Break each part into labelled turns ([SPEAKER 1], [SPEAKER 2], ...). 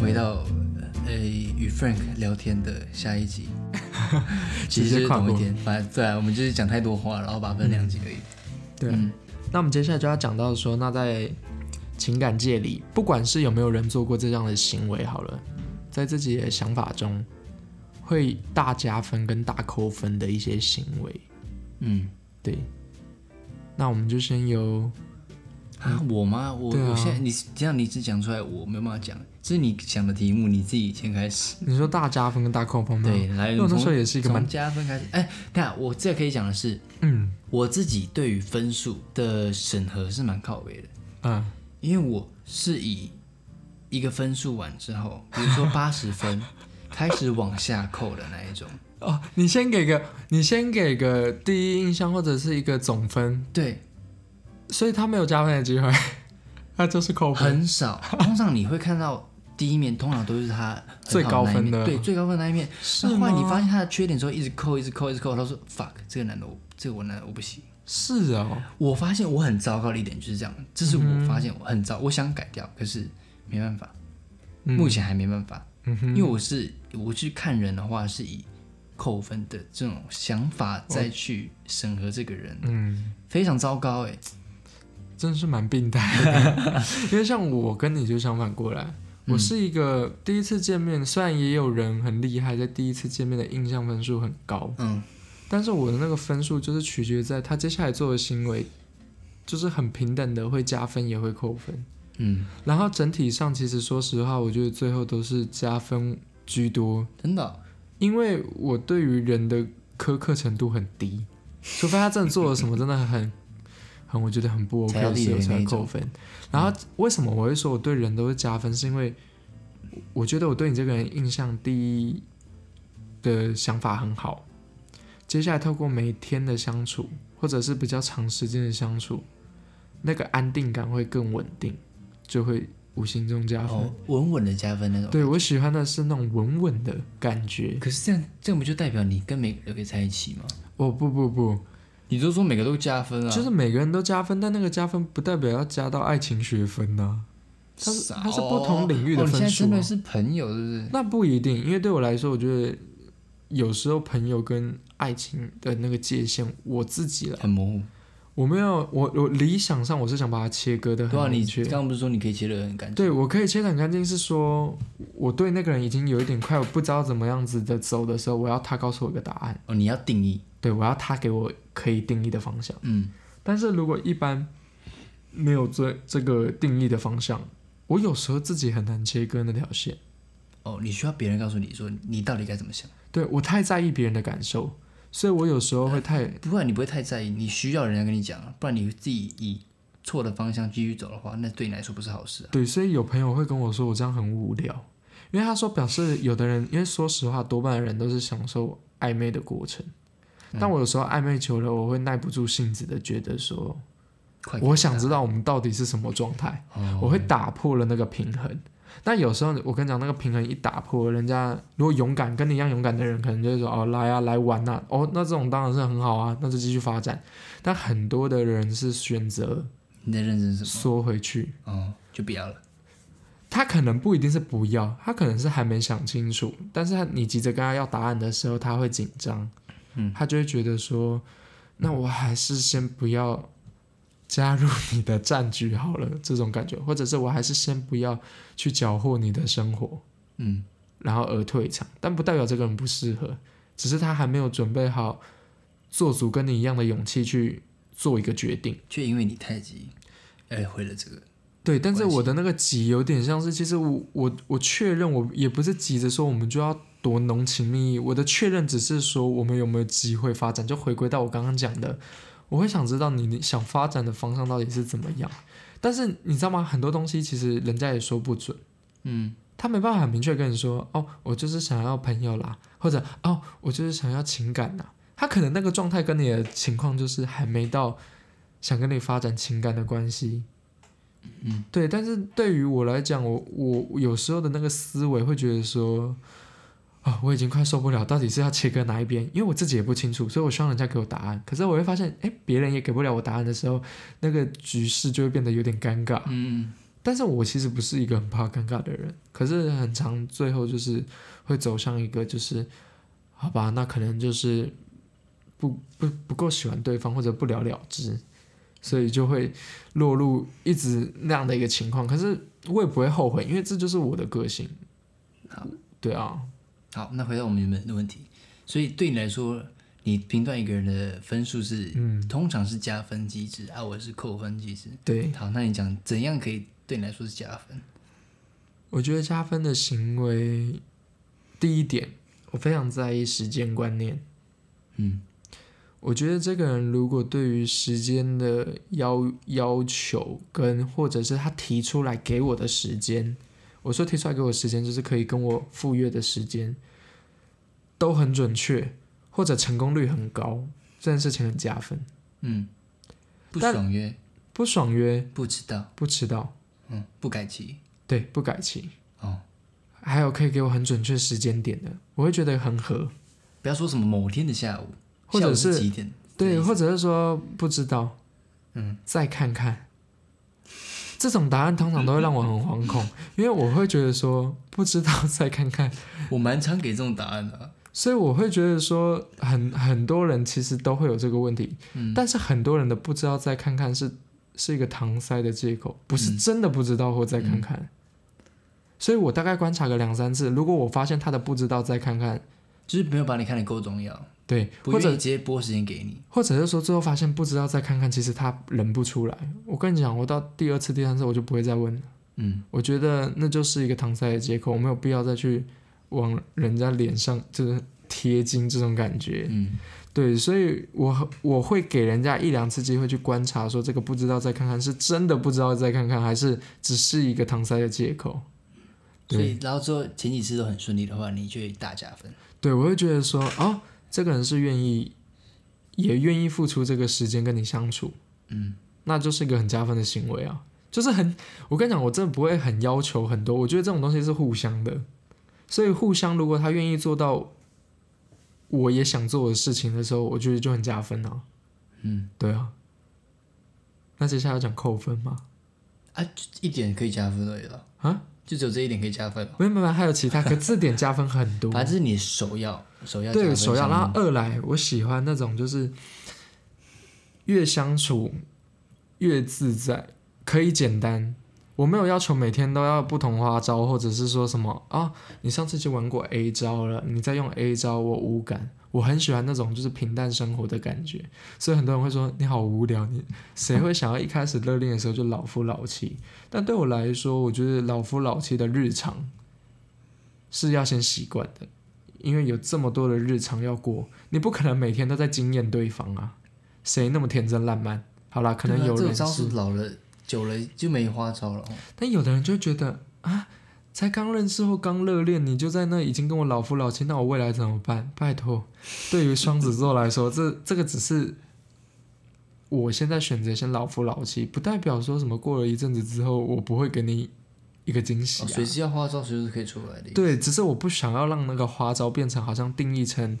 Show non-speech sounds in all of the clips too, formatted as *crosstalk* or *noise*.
[SPEAKER 1] 回到呃与 Frank 聊天的下一集，其
[SPEAKER 2] 直
[SPEAKER 1] 实就
[SPEAKER 2] 接
[SPEAKER 1] 是
[SPEAKER 2] 跨
[SPEAKER 1] 同一
[SPEAKER 2] 过。
[SPEAKER 1] 天，反正对啊，我们就是讲太多话，然后把它分两集而已。
[SPEAKER 2] 对，
[SPEAKER 1] 嗯
[SPEAKER 2] 那我们接下来就要讲到说，那在情感界里，不管是有没有人做过这样的行为，好了，在自己的想法中会大加分跟大扣分的一些行为，
[SPEAKER 1] 嗯，
[SPEAKER 2] 对。那我们就先由
[SPEAKER 1] 啊，我吗？我、
[SPEAKER 2] 对啊
[SPEAKER 1] 我现在你这样你只讲出来，我没有办法讲。这是你想的题目，你自己先开始。
[SPEAKER 2] 你说大加分跟大扣分吗？
[SPEAKER 1] 对，，来，
[SPEAKER 2] 嗯因为我那时候
[SPEAKER 1] 从
[SPEAKER 2] 也是一个蛮
[SPEAKER 1] 从加分开始。哎，看下，我这可以讲的是，
[SPEAKER 2] 嗯
[SPEAKER 1] 我自己对于分数的审核是蛮靠背的，
[SPEAKER 2] 嗯
[SPEAKER 1] 因为我是以一个分数完之后，比如说八十
[SPEAKER 2] *laughs*
[SPEAKER 1] 分，开始往下扣的那一种。
[SPEAKER 2] 哦，你先给个你先给个第一印象或者是一个总分，
[SPEAKER 1] 对，
[SPEAKER 2] 所以他没有加分的机会， *laughs* 他就是扣分。
[SPEAKER 1] 很少。通常你会看到第一面，通常都是他很好那一面
[SPEAKER 2] 最高分的
[SPEAKER 1] 对，最高分那一面。
[SPEAKER 2] 是
[SPEAKER 1] 那后
[SPEAKER 2] 吗
[SPEAKER 1] 来你发现他的缺点之后，一直扣，一直扣，一直扣。他说 fuck，这个男的我，这个我男的我不行。
[SPEAKER 2] 是哦，
[SPEAKER 1] 我发现我很糟糕的一点就是这样，这是我发现我很糟，我想改掉，可是没办法，
[SPEAKER 2] 嗯
[SPEAKER 1] 目前还没办法，
[SPEAKER 2] 嗯哼
[SPEAKER 1] 因为我是我去看人的话是以扣分的这种想法再去审核这个人，
[SPEAKER 2] 嗯，
[SPEAKER 1] 非常糟糕哎、
[SPEAKER 2] 真是蛮病态的。
[SPEAKER 1] *laughs*
[SPEAKER 2] 因为像我跟你就相反过来，
[SPEAKER 1] 嗯
[SPEAKER 2] 我是一个第一次见面，虽然也有人很厉害，在第一次见面的印象分数很高，
[SPEAKER 1] 嗯
[SPEAKER 2] 但是我的那个分数就是取决在他接下来做的行为，就是很平等的会加分也会扣分。
[SPEAKER 1] 嗯，
[SPEAKER 2] 然后整体上，其实说实话，我觉得最后都是加分居多，
[SPEAKER 1] 真的哦、
[SPEAKER 2] 因为我对于人的苛刻程度很低，除非他真的做了什么真的很 *laughs* 很我觉得很不 OK
[SPEAKER 1] 才要
[SPEAKER 2] 的
[SPEAKER 1] 立
[SPEAKER 2] 事，
[SPEAKER 1] 人
[SPEAKER 2] 我才
[SPEAKER 1] 那
[SPEAKER 2] 会
[SPEAKER 1] 一
[SPEAKER 2] 扣
[SPEAKER 1] 种
[SPEAKER 2] 分。然后为什么我会说我对人都是加分，是因为我觉得我对你这个人印象第一的想法很好，接下来透过每天的相处，或者是比较长时间的相处，那个安定感会更稳定，就会无形中加分。
[SPEAKER 1] 哦，稳稳的加分那种。
[SPEAKER 2] 对我喜欢的是那种稳稳的感觉。
[SPEAKER 1] 可是这样，这样不就代表你跟每个人都可以在一起吗？
[SPEAKER 2] 哦不不不，
[SPEAKER 1] 你都说每个都加分啊，
[SPEAKER 2] 就是每个人都加分，但那个加分不代表要加到爱情学分呐、它是
[SPEAKER 1] 少
[SPEAKER 2] 它是不同领域的
[SPEAKER 1] 哦你现在
[SPEAKER 2] 分数、啊
[SPEAKER 1] 真的是朋友，是不是？
[SPEAKER 2] 那不一定，因为对我来说，我觉得有时候朋友跟爱情的那个界限，我自己了，
[SPEAKER 1] 很模糊。
[SPEAKER 2] 我没有，我我理想上我是想把它切割的
[SPEAKER 1] 对啊，
[SPEAKER 2] 很
[SPEAKER 1] 你
[SPEAKER 2] 明确。
[SPEAKER 1] 刚刚不是说你可以切得很干净？
[SPEAKER 2] 对，我可以切得很干净，是说我对那个人已经有一点快，我不知道怎么样子的走的时候，我要他告诉我一个答案，
[SPEAKER 1] 哦，你要定义，
[SPEAKER 2] 对我要他给我可以定义的方向。
[SPEAKER 1] 嗯，
[SPEAKER 2] 但是如果一般没有这这个定义的方向，我有时候自己很难切割那条线。
[SPEAKER 1] 哦，你需要别人告诉你说你到底该怎么想，
[SPEAKER 2] 对我太在意别人的感受，所以我有时候会太
[SPEAKER 1] 不然你不会太在意，你需要人家跟你讲，啊不然你自己以错的方向继续走的话，那对你来说不是好事啊。
[SPEAKER 2] 对，所以有朋友会跟我说我这样很无聊，因为他说表示有的人，因为说实话，多半的人都是享受暧昧的过程。但我有时候暧昧久了，我会耐不住性子的，觉得说，
[SPEAKER 1] 快给
[SPEAKER 2] 我
[SPEAKER 1] 他
[SPEAKER 2] 想知道我们到底是什么状态。
[SPEAKER 1] 哦，
[SPEAKER 2] 我会打破了那个平衡。但有时候我跟你讲，那个平衡一打破，人家如果勇敢跟你一样勇敢的人，可能就会说哦来啊来玩啊，哦那这种当然是很好啊，那就继续发展。但很多的人是选择
[SPEAKER 1] 你在认真什么？
[SPEAKER 2] 缩回去，
[SPEAKER 1] 哦，就不要了。
[SPEAKER 2] 他可能不一定是不要，他可能是还没想清楚，但是他你急着跟他要答案的时候，他会紧张，
[SPEAKER 1] 嗯，
[SPEAKER 2] 他就会觉得说，那我还是先不要加入你的战局好了，这种感觉，或者是我还是先不要去搅和你的生活，
[SPEAKER 1] 嗯，
[SPEAKER 2] 然后而退场，但不代表这个人不适合，只是他还没有准备好做足跟你一样的勇气去做一个决定。
[SPEAKER 1] 就因为你太急，哎，毁了这个。
[SPEAKER 2] 对，但是
[SPEAKER 1] 关系
[SPEAKER 2] 我的那个急有点像是，其实我我我确认我也不是急着说我们就要多浓情蜜意，我的确认只是说我们有没有机会发展，就回归到我刚刚讲的，我会想知道你你想发展的方向到底是怎么样。但是你知道吗？很多东西其实人家也说不准，
[SPEAKER 1] 嗯，
[SPEAKER 2] 他没办法很明确跟你说，哦，我就是想要朋友啦，或者哦，我就是想要情感啦。他可能那个状态跟你的情况就是还没到想跟你发展情感的关系。
[SPEAKER 1] 嗯，
[SPEAKER 2] 对。但是对于我来讲，我我我有时候的那个思维会觉得说，啊、我已经快受不了，到底是要切割哪一边？因为我自己也不清楚，所以我希望人家给我答案。可是我会发现，哎，别人也给不了我答案的时候，那个局势就会变得有点尴尬。
[SPEAKER 1] 嗯，
[SPEAKER 2] 但是我其实不是一个很怕尴尬的人，可是很常最后就是会走向一个就是，好吧，那可能就是不不不够喜欢对方或者不了了之，所以就会落入一直那样的一个情况。可是我也不会后悔，因为这就是我的个性。
[SPEAKER 1] 好，
[SPEAKER 2] 对啊，
[SPEAKER 1] 好，那回到我们原本的问题，所以对你来说，你评断一个人的分数是，
[SPEAKER 2] 嗯，
[SPEAKER 1] 通常是加分机制，啊，我是扣分机制。
[SPEAKER 2] 对，
[SPEAKER 1] 好，那你讲怎样可以对你来说是加分？
[SPEAKER 2] 我觉得加分的行为，第一点，我非常在意时间观念。
[SPEAKER 1] 嗯，
[SPEAKER 2] 我觉得这个人如果对于时间的要要求跟或者是他提出来给我的时间，我说提出来给我时间就是可以跟我赴约的时间，都很准确，或者成功率很高，这件事情很加分。
[SPEAKER 1] 嗯，不
[SPEAKER 2] 但
[SPEAKER 1] 爽约，
[SPEAKER 2] 不爽约，
[SPEAKER 1] 不迟到，
[SPEAKER 2] 不迟到，
[SPEAKER 1] 嗯，不改期，
[SPEAKER 2] 对，不改期，
[SPEAKER 1] 哦，
[SPEAKER 2] 还有可以给我很准确时间点的，我会觉得很合。
[SPEAKER 1] 不要说什么某天的下午，
[SPEAKER 2] 或者
[SPEAKER 1] 下午
[SPEAKER 2] 是
[SPEAKER 1] 是几点？这
[SPEAKER 2] 对，
[SPEAKER 1] 个意思
[SPEAKER 2] 或者是说不知道，
[SPEAKER 1] 嗯，
[SPEAKER 2] 再看看。这种答案通常都会让我很
[SPEAKER 1] *laughs*
[SPEAKER 2] 惶恐，因为我会觉得说不知道再看看，
[SPEAKER 1] 我蛮常给这种答案的啊、
[SPEAKER 2] 所以我会觉得说很很多人其实都会有这个问题，
[SPEAKER 1] 嗯，
[SPEAKER 2] 但是很多人的不知道再看看是是一个搪塞的借口，不是
[SPEAKER 1] 嗯
[SPEAKER 2] 真的不知道或再看看。所以我大概观察个两三次，如果我发现他的不知道再看看，
[SPEAKER 1] 就是没有把你看得够重要，
[SPEAKER 2] 对，
[SPEAKER 1] 不
[SPEAKER 2] 或
[SPEAKER 1] 愿意
[SPEAKER 2] 者
[SPEAKER 1] 直接拨时间给你。
[SPEAKER 2] 或者是说最后发现不知道再看看，其实他忍不出来。我跟你讲，我到第二次、第三次我就不会再问了。
[SPEAKER 1] 嗯，
[SPEAKER 2] 我觉得那就是一个搪塞的借口，我没有必要再去往人家脸上就是贴金这种感觉。
[SPEAKER 1] 嗯，
[SPEAKER 2] 对，所以我我会给人家一两次机会去观察，说这个不知道再看看是真的不知道再看看，还是只是一个搪塞的借口。
[SPEAKER 1] 所
[SPEAKER 2] 对
[SPEAKER 1] 以然后之后前几次都很顺利的话，你就会大加分。
[SPEAKER 2] 对，我会觉得说，哦，这个人是愿意，也愿意付出这个时间跟你相处，
[SPEAKER 1] 嗯，
[SPEAKER 2] 那就是一个很加分的行为啊。就是很，我跟你讲，我真的不会很要求很多，我觉得这种东西是互相的，所以互相如果他愿意做到我也想做的事情的时候，我觉得就很加分啊。
[SPEAKER 1] 嗯，
[SPEAKER 2] 对啊。那接下来要讲扣分吗？
[SPEAKER 1] 一点可以加分而已了
[SPEAKER 2] 啊，
[SPEAKER 1] 就只有这一点可以加分了。
[SPEAKER 2] 没有没有，没有还有其他，可字典加分
[SPEAKER 1] *laughs*
[SPEAKER 2] 很多。
[SPEAKER 1] 反正这是你首要首要加
[SPEAKER 2] 对
[SPEAKER 1] 分
[SPEAKER 2] 首
[SPEAKER 1] 项
[SPEAKER 2] 要，
[SPEAKER 1] 目
[SPEAKER 2] 然后二来，我喜欢那种就是越相处越自在，可以简单。我没有要求每天都要不同花招，或者是说什么啊，你上次就玩过 A 招了，你再用 A 招，我无感。我很喜欢那种就是平淡生活的感觉，所以很多人会说你好无聊，你谁会想要一开始热恋的时候就老夫老妻？但对我来说，我觉得老夫老妻的日常是要先习惯的。因为有这么多的日常要过，你不可能每天都在惊艳对方啊。谁那么天真烂漫？好啦，可能
[SPEAKER 1] 对啊
[SPEAKER 2] 有
[SPEAKER 1] 这
[SPEAKER 2] 人
[SPEAKER 1] 种招
[SPEAKER 2] 是
[SPEAKER 1] 数，老了久了就没花招了哦。
[SPEAKER 2] 但有的人就觉得啊，才刚认识或刚热恋，你就在那已经跟我老夫老妻，那我未来怎么办？拜托，对于双子座来说，这这个只是我现在选择先老夫老妻，不代表说什么过了一阵子之后，我不会给你一个惊喜、
[SPEAKER 1] 哦
[SPEAKER 2] 啊
[SPEAKER 1] 随时要花招，随时可以出来的。，
[SPEAKER 2] 对，只是我不想要让那个花招变成好像定义成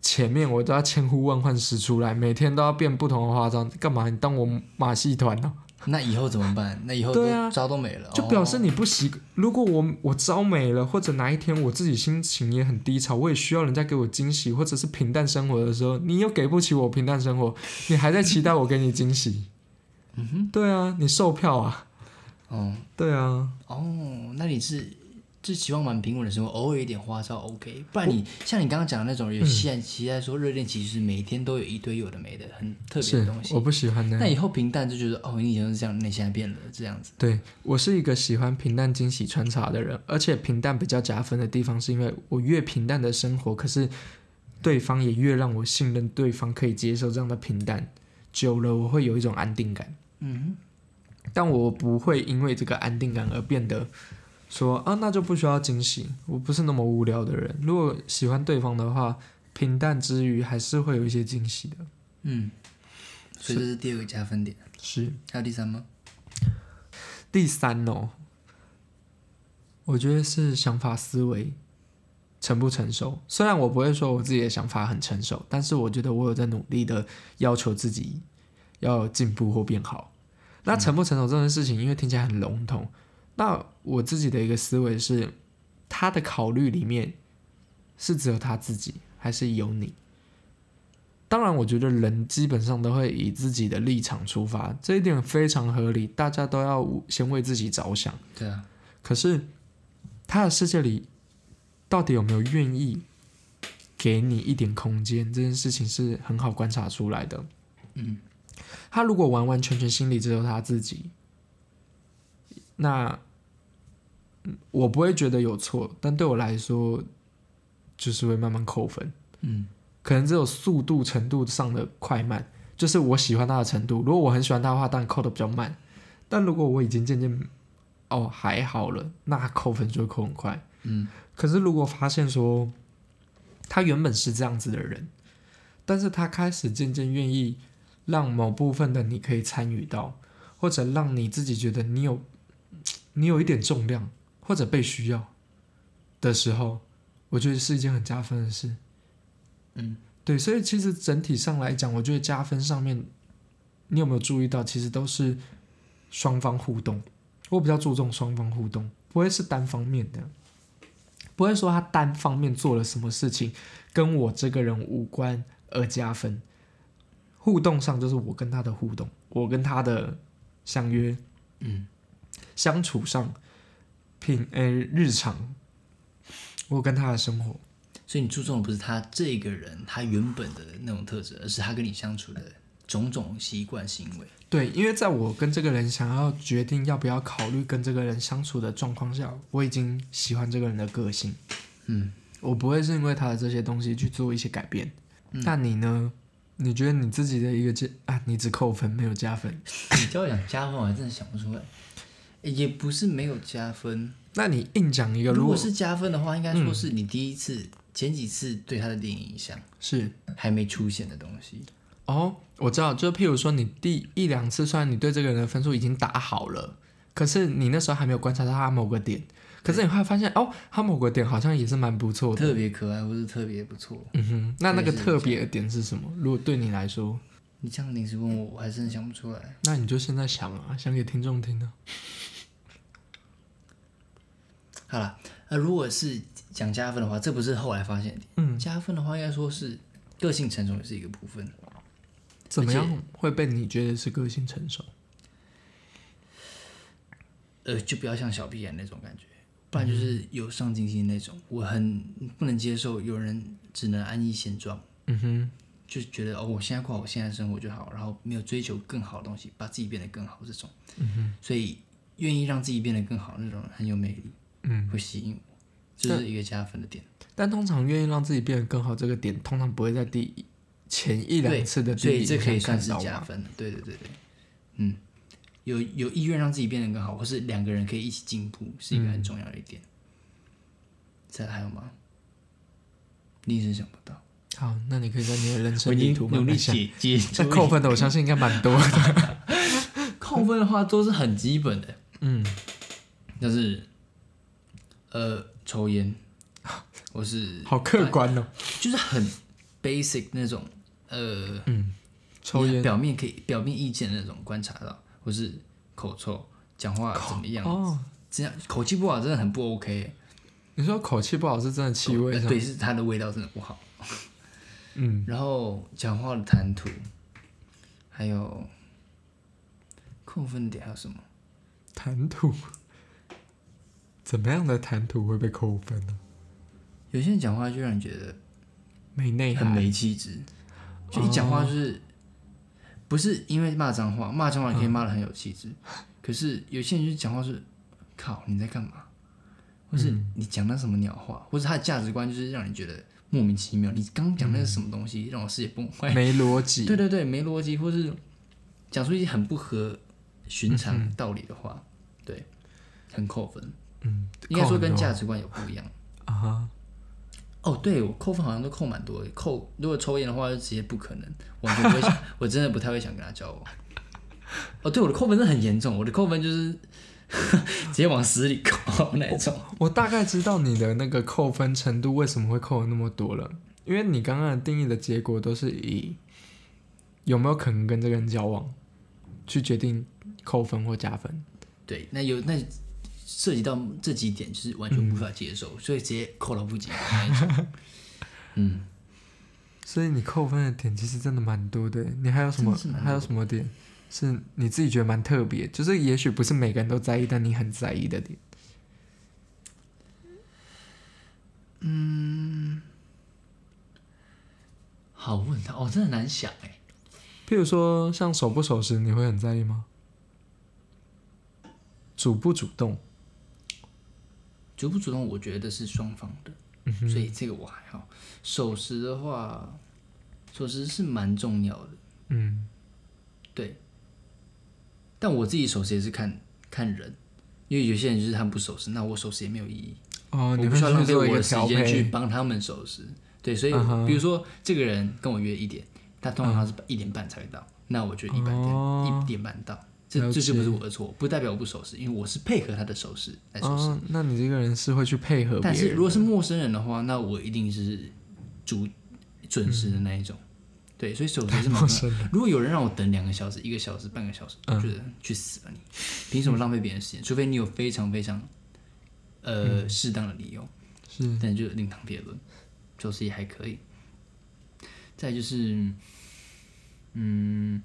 [SPEAKER 2] 前面我都要千呼万唤始出来，每天都要变不同的花招，干嘛？你当我马戏团哦呢、
[SPEAKER 1] 那以后怎么办？那以后
[SPEAKER 2] 对啊
[SPEAKER 1] 都招都没了，
[SPEAKER 2] 就
[SPEAKER 1] 哦
[SPEAKER 2] 表示你不习。如果我我招没了，或者哪一天我自己心情也很低潮，我也需要人家给我惊喜，或者是平淡生活的时候，你又给不起我平
[SPEAKER 1] *laughs*
[SPEAKER 2] 淡生活，你还在期待我给你惊喜？嗯哼，对啊，你售票啊，
[SPEAKER 1] 哦
[SPEAKER 2] 对啊，
[SPEAKER 1] 哦，那你是就期望蛮平稳的生活，偶尔有一点花招 OK，不然你像你刚刚讲的那
[SPEAKER 2] 嗯
[SPEAKER 1] 种，有些人期待说热恋期就是每天都有一堆有的没的很特别的
[SPEAKER 2] 是
[SPEAKER 1] 东西
[SPEAKER 2] 我，不喜欢那样
[SPEAKER 1] 那以后平淡就觉得哦，你以前都是这样，那你现在变了这样子，
[SPEAKER 2] 对我是一个喜欢平淡惊喜穿插的人，而且平淡比较加分的地方是因为我越平淡的生活，可是对方也越让我信任，对方可以接受这样的平淡，久了我会有一种安定感，
[SPEAKER 1] 嗯
[SPEAKER 2] 但我不会因为这个安定感而变得说啊那就不需要惊喜，我不是那么无聊的人。如果喜欢对方的话，平淡之余还是会有一些惊喜的。
[SPEAKER 1] 嗯，所以这是第二个加分点，
[SPEAKER 2] 是。
[SPEAKER 1] 还有第三吗？
[SPEAKER 2] 第三哦，我觉得是想法思维成不成熟。虽然我不会说我自己的想法很成熟，但是我觉得我有在努力的要求自己要进步或变好。那成不成熟这件事情，因为听起来很笼统，那我自己的一个思维是，他的考虑里面是只有他自己，还是有你？当然，我觉得人基本上都会以自己的立场出发，这一点非常合理，大家都要先为自己着想。
[SPEAKER 1] 对啊，
[SPEAKER 2] 可是他的世界里到底有没有愿意给你一点空间？这件事情是很好观察出来的。
[SPEAKER 1] 嗯，
[SPEAKER 2] 他如果完完全全心里只有他自己，那嗯我不会觉得有错，但对我来说就是会慢慢扣分。
[SPEAKER 1] 嗯，
[SPEAKER 2] 可能只有速度程度上的快慢，就是我喜欢他的程度。如果我很喜欢他的话，当然扣的比较慢。但如果我已经渐渐哦还好了，那扣分就会扣很快。
[SPEAKER 1] 嗯，
[SPEAKER 2] 可是如果发现说他原本是这样子的人，但是他开始渐渐愿意让某部分的你可以参与到，或者让你自己觉得你有你有一点重量，或者被需要的时候，我觉得是一件很加分的事。对，所以其实整体上来讲，我觉得加分上面，你有没有注意到，其实都是双方互动。我比较注重双方互动，不会是单方面的，不会说他单方面做了什么事情跟我这个人无关而加分。互动上就是我跟他的互动，我跟他的相约，
[SPEAKER 1] 嗯，
[SPEAKER 2] 相处上，品呃日常，我跟他的生活，
[SPEAKER 1] 所以你注重的不是他这个人他原本的那种特质，而是他跟你相处的种种习惯行为。
[SPEAKER 2] 对，因为在我跟这个人想要决定要不要考虑跟这个人相处的状况下，我已经喜欢这个人的个性，
[SPEAKER 1] 嗯，
[SPEAKER 2] 我不会是因为他的这些东西去做一些改变。那你呢？你觉得你自己的一个加啊，你只扣分没有加分？
[SPEAKER 1] 你叫我讲加分，我还真的想不出来。诶也不是没有加分，
[SPEAKER 2] 那你硬讲一个，
[SPEAKER 1] 如
[SPEAKER 2] 如
[SPEAKER 1] 果
[SPEAKER 2] 果
[SPEAKER 1] 是加分的话，应该说是你第一次、前几次对他的电影影响
[SPEAKER 2] 是
[SPEAKER 1] 还没出现的东西。
[SPEAKER 2] 哦，我知道，就譬如说你第一两次，虽然你对这个人的分数已经打好了，可是你那时候还没有观察到他某个点，可是你会发现哦，他某个点好像也是蛮不错的。
[SPEAKER 1] 特别可爱或是特别不错。
[SPEAKER 2] 嗯哼，那那
[SPEAKER 1] 这
[SPEAKER 2] 个
[SPEAKER 1] 也是
[SPEAKER 2] 特别的点是什么？如果对你来说，
[SPEAKER 1] 你这样临时问我，我还真的想不出来。
[SPEAKER 2] 那你就现在想啊，想给听众听啊。
[SPEAKER 1] 好了，呃，如果是讲加分的话，这不是后来发现的。
[SPEAKER 2] 嗯，
[SPEAKER 1] 加分的话，应该说是个性成熟也是一个部分。
[SPEAKER 2] 怎么样会被你觉得是个性成熟？
[SPEAKER 1] 呃，就不要像小屁孩那种感觉，不然就是有上进心那种。我很不能接受有人只能安逸现状，
[SPEAKER 2] 嗯哼，
[SPEAKER 1] 就觉得哦，我现在过好我现在的生活就好，然后没有追求更好的东西，把自己变得更好这种。嗯、所以愿意让自己变得更好那种人很有魅力，
[SPEAKER 2] 嗯，
[SPEAKER 1] 会吸引我，这、是一个加分的点。
[SPEAKER 2] 但通常愿意让自己变得更好这个点，通常不会在第一前一
[SPEAKER 1] 对
[SPEAKER 2] 两次的第
[SPEAKER 1] 所以
[SPEAKER 2] 一
[SPEAKER 1] 这可以
[SPEAKER 2] 印
[SPEAKER 1] 算
[SPEAKER 2] 象看
[SPEAKER 1] 是
[SPEAKER 2] 到
[SPEAKER 1] 加
[SPEAKER 2] 嘛？
[SPEAKER 1] 分的。对对对对，嗯，有有意愿让自己变得更好，或是两个人可以一起进步，是一个
[SPEAKER 2] 嗯
[SPEAKER 1] 很重要的一点。这还有吗？你一时想不到，
[SPEAKER 2] 好，那你可以在你的人
[SPEAKER 1] 我
[SPEAKER 2] 生
[SPEAKER 1] 已
[SPEAKER 2] 地
[SPEAKER 1] 经
[SPEAKER 2] 图慢
[SPEAKER 1] 努力
[SPEAKER 2] 慢想。
[SPEAKER 1] 解
[SPEAKER 2] *laughs*
[SPEAKER 1] 解
[SPEAKER 2] 那
[SPEAKER 1] 除
[SPEAKER 2] 扣分的，我相信应该蛮多的。
[SPEAKER 1] *laughs* 扣分的话都是很基本的，
[SPEAKER 2] *laughs* 嗯，
[SPEAKER 1] 但是呃，抽
[SPEAKER 2] *laughs*
[SPEAKER 1] 烟，我是
[SPEAKER 2] 好客观哦。
[SPEAKER 1] 就是很 basic 那种，呃，
[SPEAKER 2] 抽
[SPEAKER 1] 你
[SPEAKER 2] 烟
[SPEAKER 1] 表面可以表面意见的那种观察到，或是口臭，讲话怎么样
[SPEAKER 2] 哦，
[SPEAKER 1] 这样口气不好真的很不 OK，
[SPEAKER 2] 你说口气不好是真的气味上，
[SPEAKER 1] 对，是它的味道真的不好。
[SPEAKER 2] 嗯，
[SPEAKER 1] 然后讲话的谈吐，还有扣分点还有什么？
[SPEAKER 2] 谈吐，怎么样的谈吐会被扣分呢？
[SPEAKER 1] 有些人讲话就让你觉得
[SPEAKER 2] 没内
[SPEAKER 1] 很
[SPEAKER 2] 涵，哦
[SPEAKER 1] 没气质，就一讲话就是、不是因为骂脏话，骂脏话也可以
[SPEAKER 2] 嗯
[SPEAKER 1] 骂的很有气质，可是有些人就讲话是靠你在干嘛，或是
[SPEAKER 2] 嗯
[SPEAKER 1] 你讲那什么鸟话，或是他的价值观就是让你觉得莫名其妙，你刚讲
[SPEAKER 2] 嗯
[SPEAKER 1] 那是什么东西，让我世界崩坏。
[SPEAKER 2] 没逻辑。
[SPEAKER 1] 对对对，没逻辑，或是讲出一些很不合寻常道理的话，对，很扣分。
[SPEAKER 2] 嗯，
[SPEAKER 1] 应该说
[SPEAKER 2] 扣很
[SPEAKER 1] 跟
[SPEAKER 2] 多
[SPEAKER 1] 价值观有不一样。
[SPEAKER 2] 啊哈，
[SPEAKER 1] 哦，对我扣分好像都扣蛮多的，扣如果抽烟的话就直接不可能，完全不会想，
[SPEAKER 2] *laughs*
[SPEAKER 1] 我真的不太会想跟他交往。哦，对，我的扣分是很严重，我的扣分就是 *laughs* 直接往死里扣那种。
[SPEAKER 2] 我大概知道你的那个扣分程度为什么会扣那么多了，因为你刚刚的定义的结果都是以有没有可能跟这个人交往去决定扣分或加分。
[SPEAKER 1] 对，那有那涉及到这几点，就是完全无法接受，所以直接扣到不及的那一种。嗯，
[SPEAKER 2] 所以你扣分的点其实真的蛮多的。你还有什么
[SPEAKER 1] 真的是蛮多？的
[SPEAKER 2] 还有什么点是你自己觉得蛮特别？就是也许不是每个人都在意，但你很在意的点。
[SPEAKER 1] 好问他，哦，真的难想哎。
[SPEAKER 2] 譬如说，像守不守时，你会很在意吗？主不主动？
[SPEAKER 1] 主不主动，我觉得是双方的，
[SPEAKER 2] 嗯哼
[SPEAKER 1] 所以这个我还好。守时的话，守时是蛮重要的，
[SPEAKER 2] 嗯
[SPEAKER 1] 对。但我自己守时也是看看人，因为有些人就是他们不守时，那我守时也没有意义。
[SPEAKER 2] 哦，
[SPEAKER 1] 我
[SPEAKER 2] 你
[SPEAKER 1] 不
[SPEAKER 2] 会
[SPEAKER 1] 需要浪
[SPEAKER 2] 去
[SPEAKER 1] 费
[SPEAKER 2] 做
[SPEAKER 1] 我
[SPEAKER 2] 一个
[SPEAKER 1] 的时
[SPEAKER 2] 调
[SPEAKER 1] 间去
[SPEAKER 2] 配。哦
[SPEAKER 1] 帮他们收拾。对，所以
[SPEAKER 2] 嗯哼嗯
[SPEAKER 1] 比如说这个人跟我约一点，他通常他是一点半才会到，那我就一半
[SPEAKER 2] 哦
[SPEAKER 1] 点一点半到，这
[SPEAKER 2] 了
[SPEAKER 1] 这就
[SPEAKER 2] 解
[SPEAKER 1] 不是我的错，不代表我不收拾，因为我是配合他的收拾来收拾。
[SPEAKER 2] 哦，那你这个人是会去配合别
[SPEAKER 1] 但是
[SPEAKER 2] 人
[SPEAKER 1] 如果是陌生人的话，那我一定是主准时的那一种。对，所以守时是蛮
[SPEAKER 2] 陌
[SPEAKER 1] 重
[SPEAKER 2] 生
[SPEAKER 1] 要的。如果有人让我等两个小时、一个小时、半个小时，
[SPEAKER 2] 嗯
[SPEAKER 1] 我觉得去死吧你！凭什么浪费别人时间？除非你有非常非常呃适当的理由。
[SPEAKER 2] 嗯是
[SPEAKER 1] 但就另当别论，就是也还可以。再就是，嗯，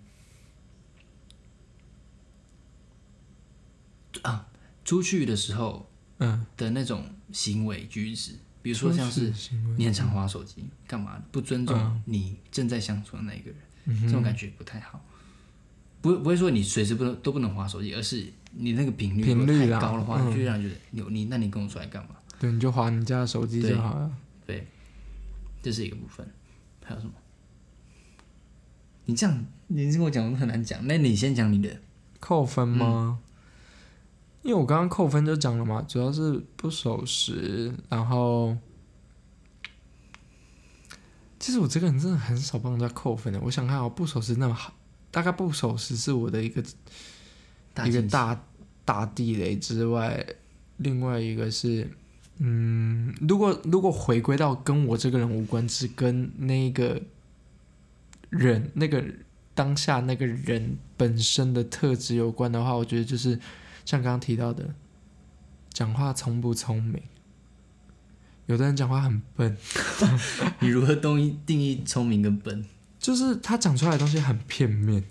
[SPEAKER 1] 啊，出去的时候
[SPEAKER 2] 嗯，
[SPEAKER 1] 的那种行为举止，比如说像是
[SPEAKER 2] 出事行为
[SPEAKER 1] 你很常滑手机，干嘛不尊重你正在相处的那一个人，
[SPEAKER 2] 嗯哼
[SPEAKER 1] 这种感觉不太好。不不会说你随时不能都不能滑手机，而是你那个频率
[SPEAKER 2] 频率
[SPEAKER 1] 如果
[SPEAKER 2] 啦
[SPEAKER 1] 太高的话，
[SPEAKER 2] 嗯
[SPEAKER 1] 就会让人觉得你你那你跟我出来干嘛？
[SPEAKER 2] 对，你就划你家的手机就
[SPEAKER 1] 对
[SPEAKER 2] 好了。
[SPEAKER 1] 对，这是一个部分。还有什么？你这样，你跟我讲，我都很难讲。那你先讲你的。
[SPEAKER 2] 扣分吗？
[SPEAKER 1] 嗯
[SPEAKER 2] 因为我刚刚扣分就讲了嘛，主要是不守时，然后其实我这个人真的很少帮人家扣分的。我想看啊，不守时那么好，大概不守时是我的一个一
[SPEAKER 1] 禁
[SPEAKER 2] 个
[SPEAKER 1] 忌，
[SPEAKER 2] 大大地雷之外，另外一个是。嗯，如果如果回归到跟我这个人无关，只跟那个人那个当下那个人本身的特质有关的话，我觉得就是像刚刚提到的，讲话聪不聪明。有的人讲话很笨，
[SPEAKER 1] *laughs* 你如何定义定义聪明跟笨？
[SPEAKER 2] 就是他讲出来的东西很片面，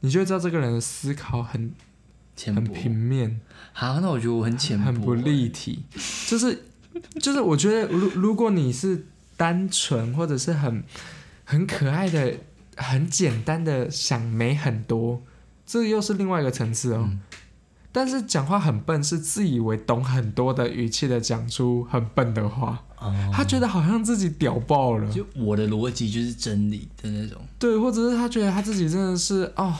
[SPEAKER 2] 你就会知道这个人的思考很
[SPEAKER 1] 浅
[SPEAKER 2] 很
[SPEAKER 1] 薄。
[SPEAKER 2] 平面，
[SPEAKER 1] 好，那我觉得我很浅薄，
[SPEAKER 2] 很不立体。就是就是，我觉得如如果你是单纯或者是很很可爱的、很简单的想没很多，这又是另外一个层次哦。
[SPEAKER 1] 嗯
[SPEAKER 2] 但是讲话很笨，是自以为懂很多的语气的讲出很笨的话，
[SPEAKER 1] 哦。
[SPEAKER 2] 他觉得好像自己屌爆了，
[SPEAKER 1] 就我的逻辑就是真理的那种。
[SPEAKER 2] 对，或者是他觉得他自己真的是哦，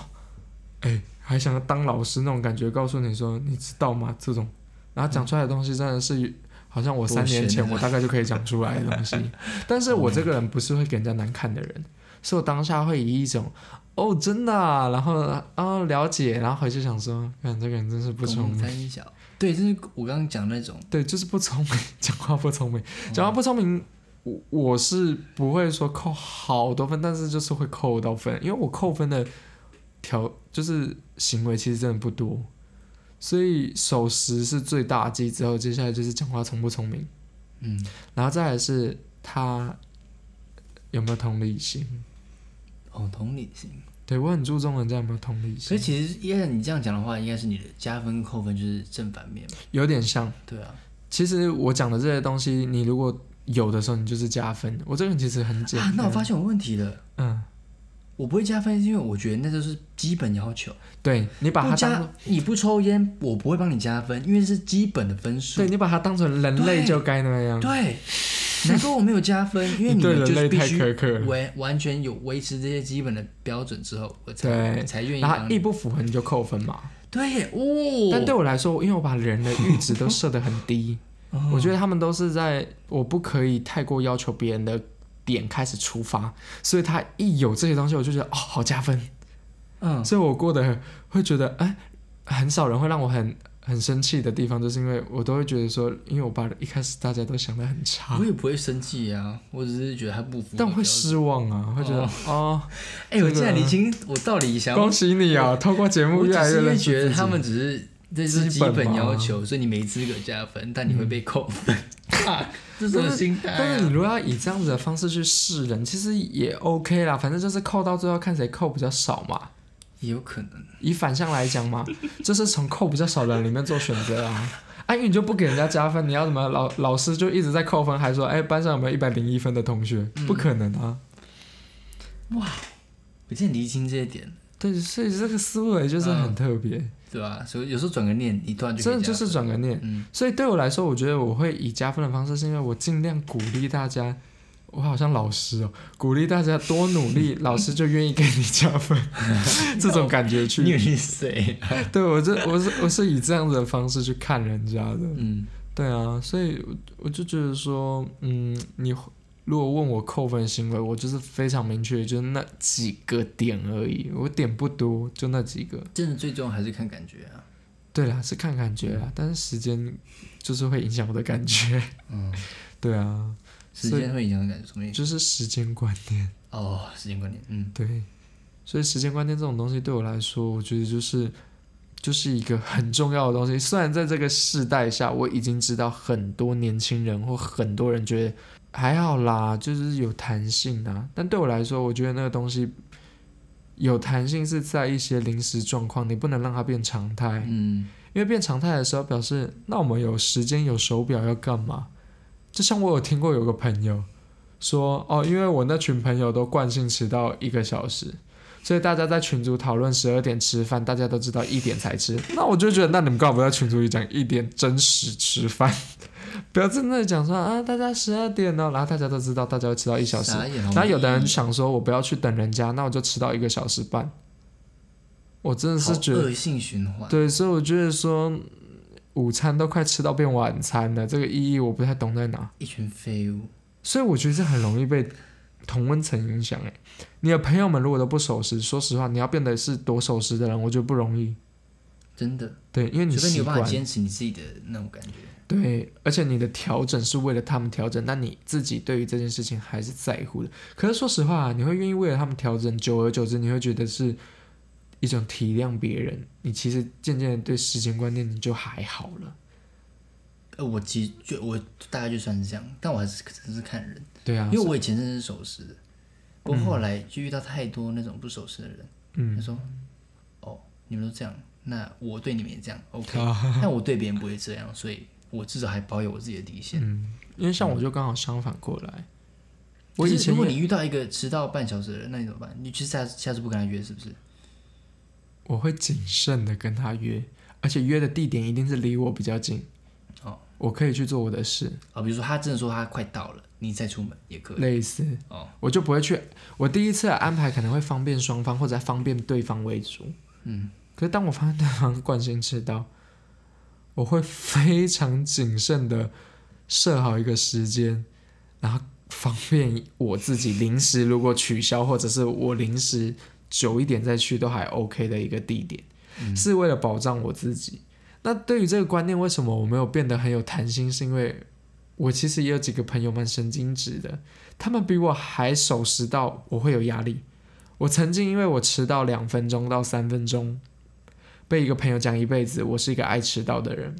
[SPEAKER 2] 哎，还想要当老师那种感觉，告诉你说你知道吗？这种，然后讲出来的东西真的是。好像我三年前
[SPEAKER 1] 多玄的啊
[SPEAKER 2] 我大概就可以讲出来的东
[SPEAKER 1] *laughs*
[SPEAKER 2] 西，但是我这个人不是会给人家难看的人，是我当下会以一种哦真的、啊，然后啊、哦了解，然后回去想说，看这个人真是不聪
[SPEAKER 1] 公
[SPEAKER 2] 明，
[SPEAKER 1] 三小。对，就是我刚刚讲的那种。
[SPEAKER 2] 对，就是不聪明， *laughs* 讲话不聪明，
[SPEAKER 1] 嗯
[SPEAKER 2] 讲话不聪明，我我是不会说扣好多分，但是就是会扣到分，因为我扣分的条就是行为其实真的不多，所以守时是最大忌，之后接下来就是讲话聪不聪明，
[SPEAKER 1] 嗯，
[SPEAKER 2] 然后再来是他有没有同理心，
[SPEAKER 1] 哦，同理心。
[SPEAKER 2] 对我很注重人家有没有同理
[SPEAKER 1] 所
[SPEAKER 2] 心
[SPEAKER 1] 以，其实，依然你这样讲的话，应该是你的加分扣分就是正反面嘛。
[SPEAKER 2] 有点像。
[SPEAKER 1] 对啊。
[SPEAKER 2] 其实我讲的这些东西，你如果有的时候，你就是加分。我这个人其实很简
[SPEAKER 1] 啊
[SPEAKER 2] 单，，
[SPEAKER 1] 那我发现我问题了。
[SPEAKER 2] 嗯。
[SPEAKER 1] 我不会加分，是因为我觉得那就是基本要求。
[SPEAKER 2] 对你把它
[SPEAKER 1] 不
[SPEAKER 2] 当
[SPEAKER 1] 加
[SPEAKER 2] 作
[SPEAKER 1] 你不抽烟，我不会帮你加分，因为是基本的分数。
[SPEAKER 2] 对你把它当成人类就该那样。
[SPEAKER 1] 对，难怪我没有加分，因为
[SPEAKER 2] 你对
[SPEAKER 1] 们就
[SPEAKER 2] 人类
[SPEAKER 1] 是必
[SPEAKER 2] 太
[SPEAKER 1] 须
[SPEAKER 2] 苛刻了。
[SPEAKER 1] 完完全有维持这些基本的标准之后，我才
[SPEAKER 2] 对
[SPEAKER 1] 我才愿意
[SPEAKER 2] 然后
[SPEAKER 1] 帮
[SPEAKER 2] 一
[SPEAKER 1] 你。
[SPEAKER 2] 不符合你就扣分嘛。
[SPEAKER 1] 对耶哦，
[SPEAKER 2] 但对我来说，因为我把人的阈值都设得很
[SPEAKER 1] *laughs*
[SPEAKER 2] 低，
[SPEAKER 1] 哦
[SPEAKER 2] 我觉得他们都是在我不可以太过要求别人的点开始出发，所以他一有这些东西，我就觉得哦好加分，
[SPEAKER 1] 嗯，
[SPEAKER 2] 所以我过得会觉得哎，很少人会让我很很生气的地方，就是因为我都会觉得说，因为我把一开始大家都想得很差
[SPEAKER 1] 我，也不会生气啊，我只是觉得他不符合标准。
[SPEAKER 2] 但我会失望啊，会觉得哦
[SPEAKER 1] 哎，我
[SPEAKER 2] 这个
[SPEAKER 1] 竟然理清我到底想要
[SPEAKER 2] 恭喜你啊！透过节目
[SPEAKER 1] 我只
[SPEAKER 2] 越来越
[SPEAKER 1] 是因为
[SPEAKER 2] 认识
[SPEAKER 1] 觉得
[SPEAKER 2] 自己
[SPEAKER 1] 他们只是这是基
[SPEAKER 2] 基本
[SPEAKER 1] 本
[SPEAKER 2] 吗
[SPEAKER 1] 要求，所以你没资格加分，但你会被扣
[SPEAKER 2] *laughs*
[SPEAKER 1] 分。啊，这什
[SPEAKER 2] 但
[SPEAKER 1] 么
[SPEAKER 2] 是
[SPEAKER 1] 心态、啊？
[SPEAKER 2] 但是你如果要以这样子的方式去试人，其实也 OK 啦，反正就是扣到最后看谁扣比较少嘛。
[SPEAKER 1] 也有可能，
[SPEAKER 2] 以反向来讲 *laughs* 嘛，就是从扣比较少的人里面做选择啊。啊，因为你就不给人家加分，你要怎么老老师就一直在扣分，还说哎、班上有没有一百零一分的同学？不可能啊！
[SPEAKER 1] 我现在厘清这一点，
[SPEAKER 2] 对，所以这个思维就是很特别，
[SPEAKER 1] 对吧、所以有时候转个念，你突然就可以
[SPEAKER 2] 真的就
[SPEAKER 1] 加
[SPEAKER 2] 是
[SPEAKER 1] 分
[SPEAKER 2] 转个念。
[SPEAKER 1] 嗯，
[SPEAKER 2] 所以对我来说，我觉得我会以加分的方式，是因为我尽量鼓励大家。我好像老师哦，鼓励大家多努力，老师就愿意给你加分，
[SPEAKER 1] *laughs*
[SPEAKER 2] 这种感觉
[SPEAKER 1] 你以
[SPEAKER 2] 去。
[SPEAKER 1] 为是谁？啊
[SPEAKER 2] 对我这我是我是以这样子的方式去看人家的。
[SPEAKER 1] 嗯，
[SPEAKER 2] 对啊，所以我我就觉得说，嗯，你如果问我扣分行为，我就是非常明确，就是那几个点而已，我点不多，就那几个。
[SPEAKER 1] 真的最终还是看感觉啊。
[SPEAKER 2] 对啦，是看感觉啦，但是时间就是会影响我的感觉。
[SPEAKER 1] 嗯，
[SPEAKER 2] *laughs* 对啊，
[SPEAKER 1] 时
[SPEAKER 2] 所以
[SPEAKER 1] 间会影响感觉，什么意思？
[SPEAKER 2] 就是时间观念。
[SPEAKER 1] 哦，时间观念，嗯，
[SPEAKER 2] 对，所以时间观念这种东西对我来说，我觉得就是就是一个很重要的东西。虽然在这个世代下，我已经知道很多年轻人或很多人觉得还好啦，就是有弹性啊，但对我来说，我觉得那个东西。有弹性是在一些临时状况，你不能让它变常态，
[SPEAKER 1] 嗯，
[SPEAKER 2] 因为变常态的时候表示，那我们有时间有手表要干嘛？就像我有听过有个朋友说，哦，因为我那群朋友都惯性迟到一个小时，所以大家在群组讨论十二点吃饭，大家都知道一点才吃。那我就觉得，那你们干嘛不在群组里讲一点真实吃饭？ *laughs* 不要在那里讲说啊，大家十二点哦，然后大家都知道大家会迟到一小时，
[SPEAKER 1] 傻眼哦好
[SPEAKER 2] 然后有
[SPEAKER 1] 没
[SPEAKER 2] 的人
[SPEAKER 1] 意义
[SPEAKER 2] 想说，我不要去等人家，那我就迟到一个小时半。我真的
[SPEAKER 1] 好
[SPEAKER 2] 是觉得
[SPEAKER 1] 恶性循环，
[SPEAKER 2] 对，所以我觉得说嗯午餐都快吃到变晚餐了，这个意义我不太懂在哪。
[SPEAKER 1] 一群废物，
[SPEAKER 2] 所以我觉得这很容易被同温层影响。哎，你的朋友们如果都不守时，说实话，你要变得是多守时的人，我觉得不容易。
[SPEAKER 1] 真的，
[SPEAKER 2] 对，因为你
[SPEAKER 1] 除非你
[SPEAKER 2] 嗯习
[SPEAKER 1] 有办
[SPEAKER 2] 惯
[SPEAKER 1] 法坚持你自己的那种感觉，
[SPEAKER 2] 对，而且你的调整是为了他们调整，但你自己对于这件事情还是在乎的。可是说实话，啊你会愿意为了他们调整，久而久之，你会觉得是一种体谅别人。你其实渐渐的对时间观念你就还好了。
[SPEAKER 1] 呃，我其实就我大概就算是这样，但我还是可能是看人，
[SPEAKER 2] 对啊，
[SPEAKER 1] 因为我以前真的是守时的，不过后来就遇到太多那种不守时的人，
[SPEAKER 2] 嗯
[SPEAKER 1] 他，说，哦，你们都这样，那我对你们也这样，OK，、但
[SPEAKER 2] *laughs*
[SPEAKER 1] 我对别人不会这样，所以我至少还保有我自己的底线。
[SPEAKER 2] 嗯，因为像我就刚好相反过来，我
[SPEAKER 1] 可是
[SPEAKER 2] 以前
[SPEAKER 1] 如果
[SPEAKER 2] 也
[SPEAKER 1] 你遇到一个迟到半小时的人，那你怎么办？你其实下次下次不跟他约是不是？
[SPEAKER 2] 我会谨慎的跟他约，而且约的地点一定是离我比较近，
[SPEAKER 1] 哦，
[SPEAKER 2] 我可以去做我的事，
[SPEAKER 1] 啊，比如说他真的说他快到了，你再出门也可以。
[SPEAKER 2] 类似，
[SPEAKER 1] 哦，
[SPEAKER 2] 我就不会去。我第一次的安排可能会方便双方或者方便对方为主，
[SPEAKER 1] 嗯，
[SPEAKER 2] 可是当我发现对方惯性迟到，我会非常谨慎的设好一个时间，然后方便我自己临时如果取消，或者是我临时久一点再去都还 OK 的一个地点，
[SPEAKER 1] 嗯
[SPEAKER 2] 是为了保障我自己。那对于这个观念，为什么我没有变得很有弹性？是因为我其实也有几个朋友蛮神经质的，他们比我还守时到，我会有压力。我曾经因为我迟到两分钟到三分钟，被一个朋友讲一辈子我是一个爱迟到的人。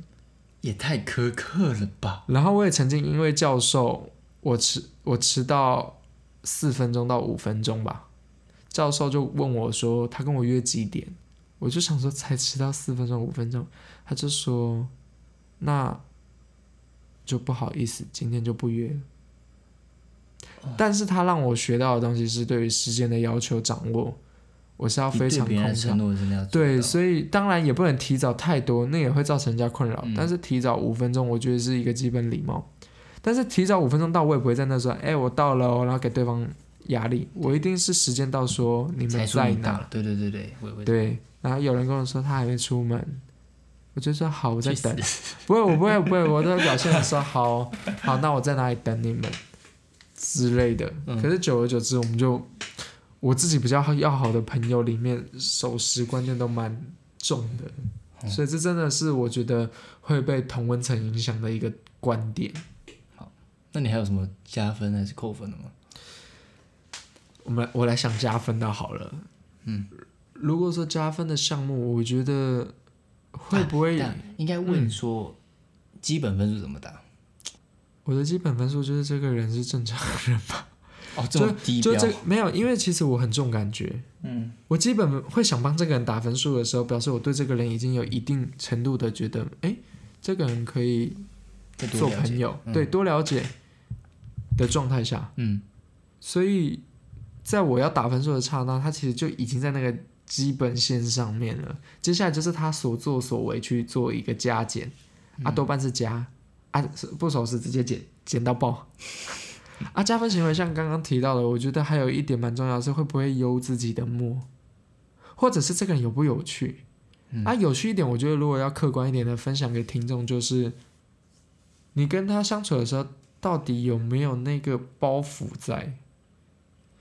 [SPEAKER 1] 也太苛刻了吧？
[SPEAKER 2] 然后我也曾经因为教授，我迟我迟到四分钟到五分钟吧，教授就问我说他跟我约几点，我就想说才迟到四分钟五分钟，他就说那就不好意思，今天就不约了。
[SPEAKER 1] 哦
[SPEAKER 2] 但是他让我学到的东西是对于时间的要求掌握，我是要
[SPEAKER 1] 你
[SPEAKER 2] 非
[SPEAKER 1] 对
[SPEAKER 2] 常
[SPEAKER 1] 别人
[SPEAKER 2] 控
[SPEAKER 1] 的
[SPEAKER 2] 制
[SPEAKER 1] 承诺真的要做
[SPEAKER 2] 对，
[SPEAKER 1] 到
[SPEAKER 2] 所以当然也不能提早太多，那也会造成人家困扰。
[SPEAKER 1] 嗯
[SPEAKER 2] 但是提早五分钟，我觉得是一个基本礼貌。但是提早五分钟到，我也不会在那说，哎、我到了、哦，然后给对方压力。我一定是时间到说你
[SPEAKER 1] 才
[SPEAKER 2] 们
[SPEAKER 1] 说
[SPEAKER 2] 在
[SPEAKER 1] 你到
[SPEAKER 2] 哪
[SPEAKER 1] 了。。对对对对，我也会。
[SPEAKER 2] 对，然后有人跟我说他还没出门，我就说好，我
[SPEAKER 1] 我
[SPEAKER 2] 在等。不会，我不会，不会，我都会表现的说好，好，那我在哪里等你们之类的。
[SPEAKER 1] 嗯
[SPEAKER 2] 可是久而久之，我们就我自己比较要好的朋友里面，守时观念都蛮重的，
[SPEAKER 1] 嗯
[SPEAKER 2] 所以这真的是我觉得会被同温层影响的一个观点。
[SPEAKER 1] *laughs* 那你还有什么加分还是扣分的吗？
[SPEAKER 2] 我们来我来想加分的好了。嗯，如果说加分的项目，我觉得会不会
[SPEAKER 1] 但应该问说基本分数怎么打？
[SPEAKER 2] 我的基本分数就是这个人是正常人吧？
[SPEAKER 1] 哦，这
[SPEAKER 2] 就
[SPEAKER 1] 么低
[SPEAKER 2] 就
[SPEAKER 1] 标，
[SPEAKER 2] 这没有，因为其实我很重感觉，
[SPEAKER 1] 嗯，
[SPEAKER 2] 我基本会想帮这个人打分数的时候，表示我对这个人已经有一定程度的觉得，哎，这个人可以
[SPEAKER 1] 再多
[SPEAKER 2] 做
[SPEAKER 1] 了解
[SPEAKER 2] 朋友，
[SPEAKER 1] 嗯
[SPEAKER 2] 对，多了解的状态下，
[SPEAKER 1] 嗯，
[SPEAKER 2] 所以在我要打分数的刹那，他其实就已经在那个基本线上面了。接下来就是他所作所为去做一个加减，
[SPEAKER 1] 嗯
[SPEAKER 2] 啊，多半是加，啊，是不熟识直接减，减到爆。 *laughs* 啊，加分行为像刚刚提到的，我觉得还有一点蛮重要的是会不会优自己的墨，或者是这个人有不有趣。
[SPEAKER 1] 嗯
[SPEAKER 2] 啊，有趣一点，我觉得如果要客观一点的分享给听众，就是你跟他相处的时候，到底有没有那个包袱在？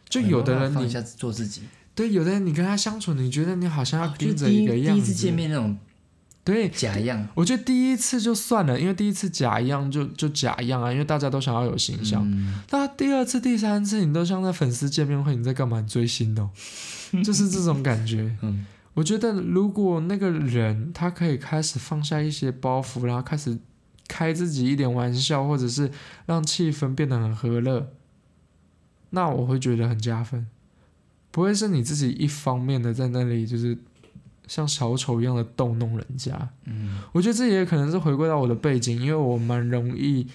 [SPEAKER 2] 就有的
[SPEAKER 1] 没办
[SPEAKER 2] 人
[SPEAKER 1] 法哎放
[SPEAKER 2] 你
[SPEAKER 1] 下做自己，
[SPEAKER 2] 对有的人你跟他相处，你觉得你好像要
[SPEAKER 1] 哦就
[SPEAKER 2] 盯着
[SPEAKER 1] 第
[SPEAKER 2] 一
[SPEAKER 1] 一
[SPEAKER 2] 个样子。
[SPEAKER 1] 第一次见面那种
[SPEAKER 2] 对，
[SPEAKER 1] 假样，
[SPEAKER 2] 我觉得第一次就算了，因为第一次假样就就假样啊，因为大家都想要有 *laughs* 形象。
[SPEAKER 1] 嗯，
[SPEAKER 2] 那第二次、第三次，你都像在粉丝见面会，你在干嘛？你追星
[SPEAKER 1] *laughs*
[SPEAKER 2] 的哦、就是这种感觉。
[SPEAKER 1] 嗯，
[SPEAKER 2] 我觉得如果那个人他可以开始放下一些包袱，然后开始开自己一点玩笑，或者是让气氛变得很和乐，那我会觉得很加分。不会是你自己一方面的在那里就是像小丑一样的逗弄人家。
[SPEAKER 1] 嗯，
[SPEAKER 2] 我觉得这也可能是回归到我的背景，因为我蛮容易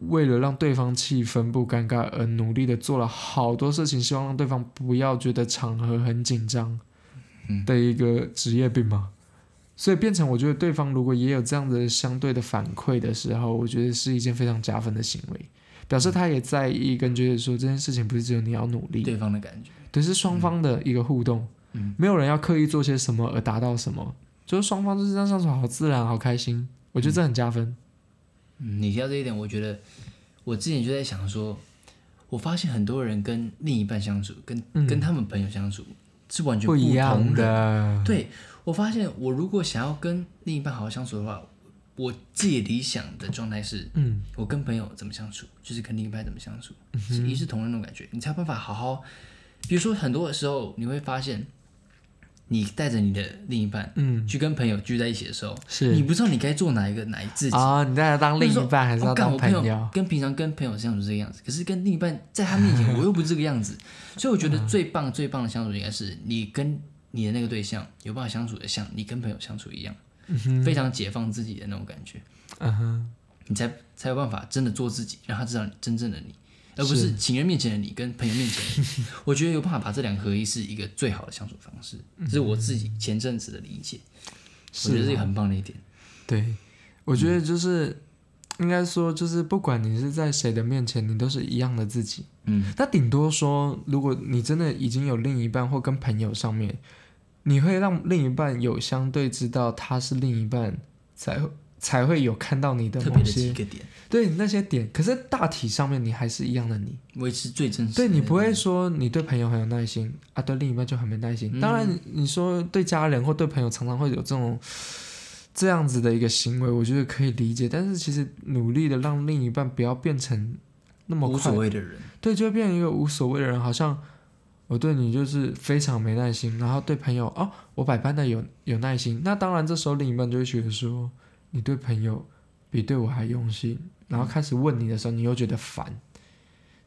[SPEAKER 2] 为了让对方气氛不尴尬而努力的做了好多事情，希望让对方不要觉得场合很紧张
[SPEAKER 1] 嗯
[SPEAKER 2] 的一个职业病嘛。所以变成我觉得对方如果也有这样的相对的反馈的时候，我觉得是一件非常加分的行为，表示他也在意跟觉得说这件事情不是只有你要努力，
[SPEAKER 1] 对方的感觉，
[SPEAKER 2] 对，是双方的一个互动，
[SPEAKER 1] 嗯
[SPEAKER 2] 没有人要刻意做些什么而达到什么，就是双方就是这样相处，好自然，好开心，我觉得这很加分。
[SPEAKER 1] 嗯，你提到这一点，我觉得嗯我之前就在想说，我发现很多人跟另一半相处，跟、
[SPEAKER 2] 嗯
[SPEAKER 1] 跟他们朋友相处是完全
[SPEAKER 2] 一样
[SPEAKER 1] 同的。
[SPEAKER 2] 的，
[SPEAKER 1] 对我发现，我如果想要跟另一半好好相处的话，我自己理想的状态是，
[SPEAKER 2] 嗯，
[SPEAKER 1] 我跟朋友怎么相处，就是跟另一半怎么相处，是一视同仁那种感觉，你才有办法好好。比如说，很多的时候你会发现，你带着你的另一半
[SPEAKER 2] 嗯，
[SPEAKER 1] 去跟朋友聚在一起的时候，你
[SPEAKER 2] 是
[SPEAKER 1] 不知道你该做哪一个哪一自己。
[SPEAKER 2] 啊，你在当另一半还是
[SPEAKER 1] 我
[SPEAKER 2] 要
[SPEAKER 1] 干
[SPEAKER 2] 当
[SPEAKER 1] 我朋
[SPEAKER 2] 友？
[SPEAKER 1] 跟平常跟朋友相处是这个样子，可是跟另一半在他面
[SPEAKER 2] *laughs*
[SPEAKER 1] 前我又不是这个样子，所以我觉得最棒最棒的相处应该是你跟你的那个对象有办法相处的像你跟朋友相处一样，
[SPEAKER 2] 嗯哼，
[SPEAKER 1] 非常解放自己的那种感觉，
[SPEAKER 2] 嗯哼，
[SPEAKER 1] 你才才有办法真的做自己，让他知道你真正的你，而不是情人面前的你跟朋友面前
[SPEAKER 2] *laughs*
[SPEAKER 1] 的你。我觉得有办法把这两个合一是一个最好的相处方式，这是我自己前阵子的理解，我觉得
[SPEAKER 2] 嗯是
[SPEAKER 1] 这个
[SPEAKER 2] 啊，
[SPEAKER 1] 很棒的一点。
[SPEAKER 2] 对，我觉
[SPEAKER 1] 嗯
[SPEAKER 2] 得就是应该说，就是不管你是在谁的面前，你都是一样的自己。
[SPEAKER 1] 嗯
[SPEAKER 2] 那顶多说，如果你真的已经有另一半或跟朋友上面，你会让另一半有相对知道他是另一半，才会才会有看到你的
[SPEAKER 1] 特别
[SPEAKER 2] 某
[SPEAKER 1] 的几
[SPEAKER 2] 些
[SPEAKER 1] 个点，
[SPEAKER 2] 对那些点。可是大体上面你还是一样的你，
[SPEAKER 1] 维持最真实的
[SPEAKER 2] 对
[SPEAKER 1] 那个。
[SPEAKER 2] 你不会说你对朋友很有耐心啊，对另一半就很没耐心。
[SPEAKER 1] 嗯
[SPEAKER 2] 当然，你说对家人或对朋友常常会有这种这样子的一个行为，我觉得可以理解。但是其实努力的让另一半不要变成那么
[SPEAKER 1] 无
[SPEAKER 2] 快
[SPEAKER 1] 所谓的人。
[SPEAKER 2] 对，就会变成一个无所谓的人，好像我对你就是非常没耐心，然后对朋友哦，我百般的有有耐心。那当然，这时候另一半就会觉得说，你对朋友比对我还用心，然后开始问你的时候，你又觉得烦。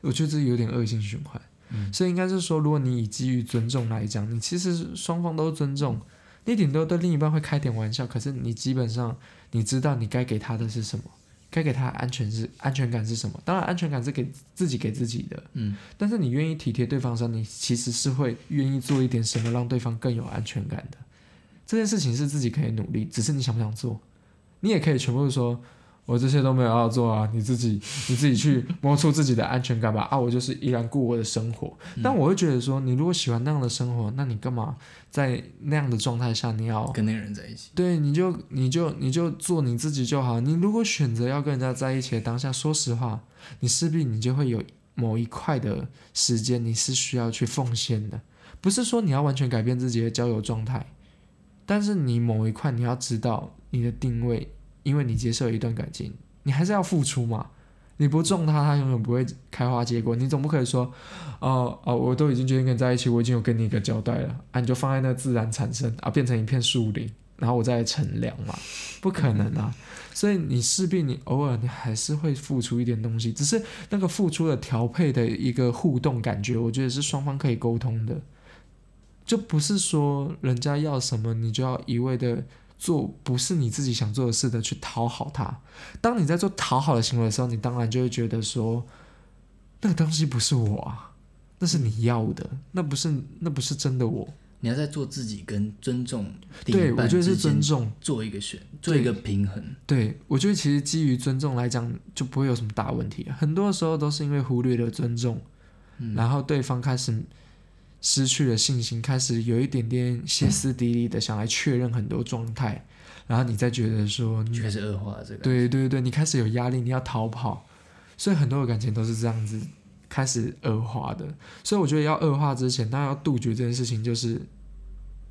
[SPEAKER 2] 我觉得这有点恶性循环，
[SPEAKER 1] 嗯
[SPEAKER 2] 所以应该是说，如果你以基于尊重来讲，你其实是双方都尊重，你顶多对另一半会开点玩笑，可是你基本上你知道你该给他的是什么，该给他的安全是安全感是什么。当然，安全感是给自己给自己的，
[SPEAKER 1] 嗯，
[SPEAKER 2] 但是你愿意体贴对方的时候，你其实是会愿意做一点什么让对方更有安全感的。这件事情是自己可以努力，只是你想不想做。你也可以全部说，我这些都没有要做啊，你自己你自己去摸出自己的安全感吧。啊，我就是依然过我的生活。但我会觉得说，你如果喜欢那样的生活，那你干嘛在那样的状态下你要
[SPEAKER 1] 跟那个人在一起，
[SPEAKER 2] 对，你就你就你就做你自己就好。你如果选择要跟人家在一起的当下，说实话，你势必你就会有某一块的时间你是需要去奉献的。不是说你要完全改变自己的交友状态，但是你某一块你要知道你的定位，因为你接受一段感情，你还是要付出嘛。你不种它，它永远不会开花结果。你总不可以说，哦哦，我都已经决定跟你在一起，我已经有跟你一个交代了，啊，你就放在那自然产生啊，变成一片树林。然后我再来乘凉嘛，不可能啊！所以你势必你偶尔你还是会付出一点东西，只是那个付出的调配的一个互动感觉，我觉得是双方可以沟通的，就不是说人家要什么你就要一味的做不是你自己想做的事的去讨好他。当你在做讨好的行为的时候，你当然就会觉得说，那个东西不是我啊，那是你要的，那不是那不是真的我。
[SPEAKER 1] 你要在做自己跟尊重另
[SPEAKER 2] 对，
[SPEAKER 1] 一
[SPEAKER 2] 我
[SPEAKER 1] 半
[SPEAKER 2] 觉得
[SPEAKER 1] 之
[SPEAKER 2] 是尊
[SPEAKER 1] 间
[SPEAKER 2] 重。
[SPEAKER 1] 做一个选，做一个平衡。
[SPEAKER 2] 对，我觉得其实基于尊重来讲，就不会有什么大问题。啊很多时候都是因为忽略了尊重，
[SPEAKER 1] 嗯
[SPEAKER 2] 然后对方开始失去了信心，开始有一点点歇斯底里的想来确认很多状态，然后你再觉得说，
[SPEAKER 1] 就开始恶化了这个。
[SPEAKER 2] 对对对，你开始有压力，你要逃跑，所以很多的感情都是这样子开始恶化的。所以我觉得要恶化之前，当然要杜绝这件事情，就是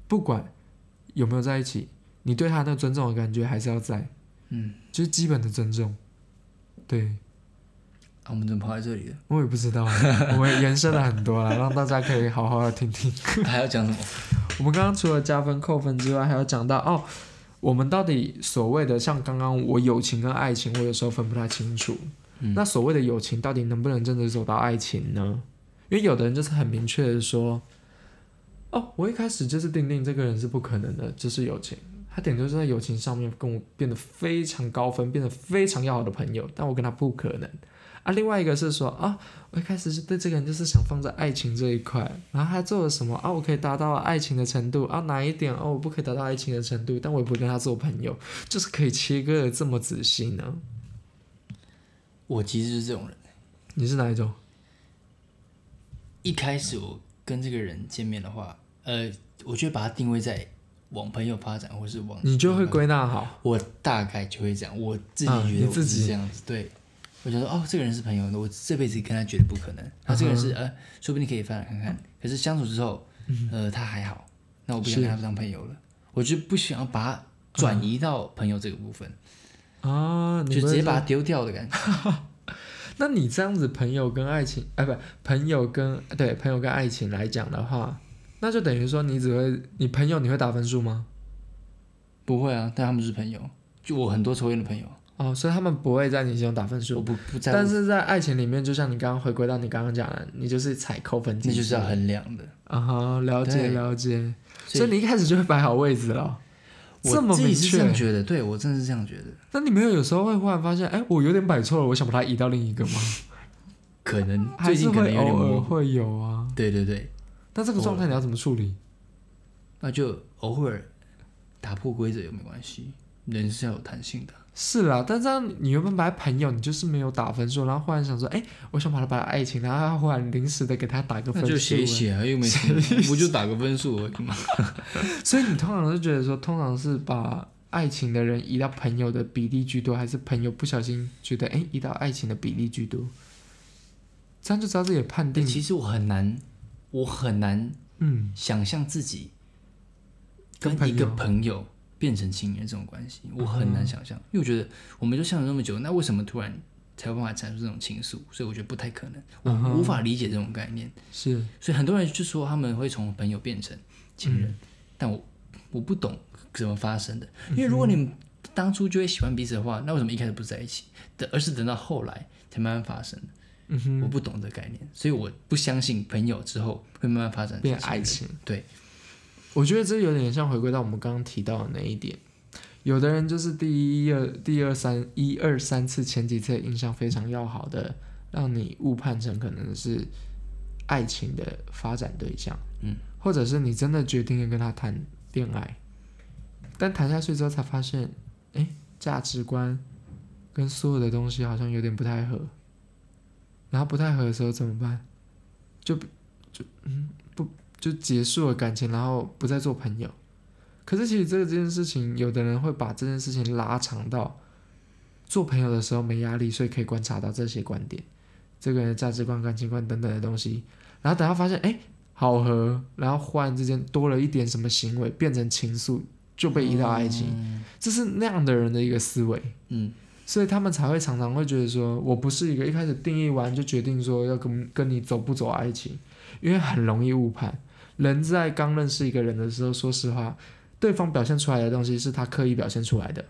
[SPEAKER 2] 不管有没有在一起，你对他那个尊重的感觉还是要在。
[SPEAKER 1] 嗯，
[SPEAKER 2] 就是基本的尊重。对
[SPEAKER 1] 啊，我们怎么跑在这里了？ *laughs*
[SPEAKER 2] 我也不知道，我们延伸了很多啦，让大家可以好好的听听。
[SPEAKER 1] 还要讲什么？
[SPEAKER 2] 我们刚刚除了加分扣分之外，还有讲到哦，我们到底所谓的像刚刚我友情跟爱情，我有时候分不太清楚。
[SPEAKER 1] 嗯
[SPEAKER 2] 那所谓的友情到底能不能真的走到爱情呢？因为有的人就是很明确的说，哦，我一开始就是定定这个人是不可能的，这、是友情。他顶多是在友情上面跟我变得非常高分，变得非常要好的朋友，但我跟他不可能。啊，另外一个是说啊，我一开始是对这个人就是想放在爱情这一块，然后他做了什么啊，我可以达到爱情的程度啊，哪一点哦、我不可以达到爱情的程度，但我也不会跟他做朋友，就是可以切割的这么仔细呢？
[SPEAKER 1] 我其实就是这种人。
[SPEAKER 2] 你是哪一种？
[SPEAKER 1] 一开始我跟这个人见面的话，呃，我就会把他定位在往朋友发展，或是往
[SPEAKER 2] 你就会归纳好，
[SPEAKER 1] 我大概就会这样，我自己
[SPEAKER 2] 啊
[SPEAKER 1] 觉
[SPEAKER 2] 你
[SPEAKER 1] 得我
[SPEAKER 2] 自己
[SPEAKER 1] 是这样子，对。我觉得哦，这个人是朋友，我这辈子跟他绝对不可能。他这个人是、
[SPEAKER 2] 嗯
[SPEAKER 1] 呃，说不定可以发展看看，可是相处之后，呃，他还好，那我不想
[SPEAKER 2] 是
[SPEAKER 1] 跟他当朋友了，我就不想要把他转移到朋友这个部分，
[SPEAKER 2] 啊，你
[SPEAKER 1] 就直接
[SPEAKER 2] 们
[SPEAKER 1] 把他丢掉的感觉。
[SPEAKER 2] 那你这样子，朋友跟爱情，哎、不，朋友跟对朋友跟爱情来讲的话，那就等于说你只会你朋友你会打分数吗？
[SPEAKER 1] 不会啊，但他们是朋友，就我很多抽烟的朋友，
[SPEAKER 2] 哦，所以他们不会在你心中打分
[SPEAKER 1] 我
[SPEAKER 2] 数，
[SPEAKER 1] 不不在乎，
[SPEAKER 2] 但是在爱情里面，就像你刚刚回归到你刚刚讲的，你就是采扣分机
[SPEAKER 1] 那
[SPEAKER 2] 制，
[SPEAKER 1] 就是要衡量的。
[SPEAKER 2] 啊哈，了解
[SPEAKER 1] 对
[SPEAKER 2] 了解，所
[SPEAKER 1] 所
[SPEAKER 2] 以你一开始就会摆好位置了，这
[SPEAKER 1] 我
[SPEAKER 2] 么
[SPEAKER 1] 自
[SPEAKER 2] 明
[SPEAKER 1] 己是这
[SPEAKER 2] 确
[SPEAKER 1] 样。觉得，对我真的是这样觉得，
[SPEAKER 2] 那你没有有时候会忽然发现，哎、我有点摆错了，我想把它移到另一个吗？
[SPEAKER 1] 可能
[SPEAKER 2] 还
[SPEAKER 1] 最
[SPEAKER 2] 是
[SPEAKER 1] 近可能
[SPEAKER 2] 会
[SPEAKER 1] 有点
[SPEAKER 2] 偶尔
[SPEAKER 1] 模糊。
[SPEAKER 2] 会有啊？
[SPEAKER 1] 对对对，
[SPEAKER 2] 但这个状态你要怎么处理？
[SPEAKER 1] 那就偶尔打破规则也没关系，人是要有弹性的。
[SPEAKER 2] 是啦，但这样你原本摆朋友，你就是没有打分数，然后忽然想说，哎、我想把它摆爱情，然后他忽然临时的给他打个分
[SPEAKER 1] 那
[SPEAKER 2] 数，
[SPEAKER 1] 就写一写啊，又没什么，不就打个分数而已嘛。
[SPEAKER 2] 所以你通常是觉得说，通常是把爱情的人移到朋友的比例居多，还是朋友不小心觉得哎、诶移到爱情的比例居多？这样就知道自己的判定
[SPEAKER 1] *laughs* 对，。其实我很难，我很难
[SPEAKER 2] 嗯，
[SPEAKER 1] 想象自己跟
[SPEAKER 2] 跟朋
[SPEAKER 1] 一个
[SPEAKER 2] 友
[SPEAKER 1] 朋友变成情人这种关系，我很难想象，因为我觉得我们就相处那么久，那为什么突然才有办法产出这种情愫？所以我觉得不太可能，
[SPEAKER 2] 嗯
[SPEAKER 1] 我
[SPEAKER 2] 哼
[SPEAKER 1] 无法理解这种概念。
[SPEAKER 2] 是
[SPEAKER 1] 所以很多人就说他们会从朋友变成情人，
[SPEAKER 2] 嗯
[SPEAKER 1] 但我我不懂怎么发生的，因为如果你们当初就会喜欢彼此的话，那为什么一开始不在一起？等而是等到后来才慢慢发生的？
[SPEAKER 2] 嗯
[SPEAKER 1] 我不懂这个概念，所以我不相信朋友之后会慢慢发嗯展成
[SPEAKER 2] 变
[SPEAKER 1] 情
[SPEAKER 2] 爱
[SPEAKER 1] 人。
[SPEAKER 2] 情。
[SPEAKER 1] 对，
[SPEAKER 2] 我觉得这有点像回归到我们刚刚提到的那一点，有的人就是第一、二、第二三一二三次前几次的印象非常要好的，让你误判成可能是爱情的发展对象，
[SPEAKER 1] 嗯，
[SPEAKER 2] 或者是你真的决定要跟他谈恋爱，但谈下去之后才发现，哎，价值观跟所有的东西好像有点不太合，然后不太合的时候怎么办？就就嗯不就结束了感情，然后不再做朋友。可是其实这个这件事情，有的人会把这件事情拉长到做朋友的时候没压力，所以可以观察到这些观点，这个人的价值观、感情观等等的东西。然后等他发现，哎，好合，然后忽然之间多了一点什么行为，变成情愫，就被移到爱情。这是那样的人的一个思维。
[SPEAKER 1] 嗯，
[SPEAKER 2] 所以他们才会常常会觉得说，我不是一个一开始定义完就决定说要跟跟你走不走爱情，因为很容易误判。人在刚认识一个人的时候，说实话，对方表现出来的东西是他刻意表现出来的，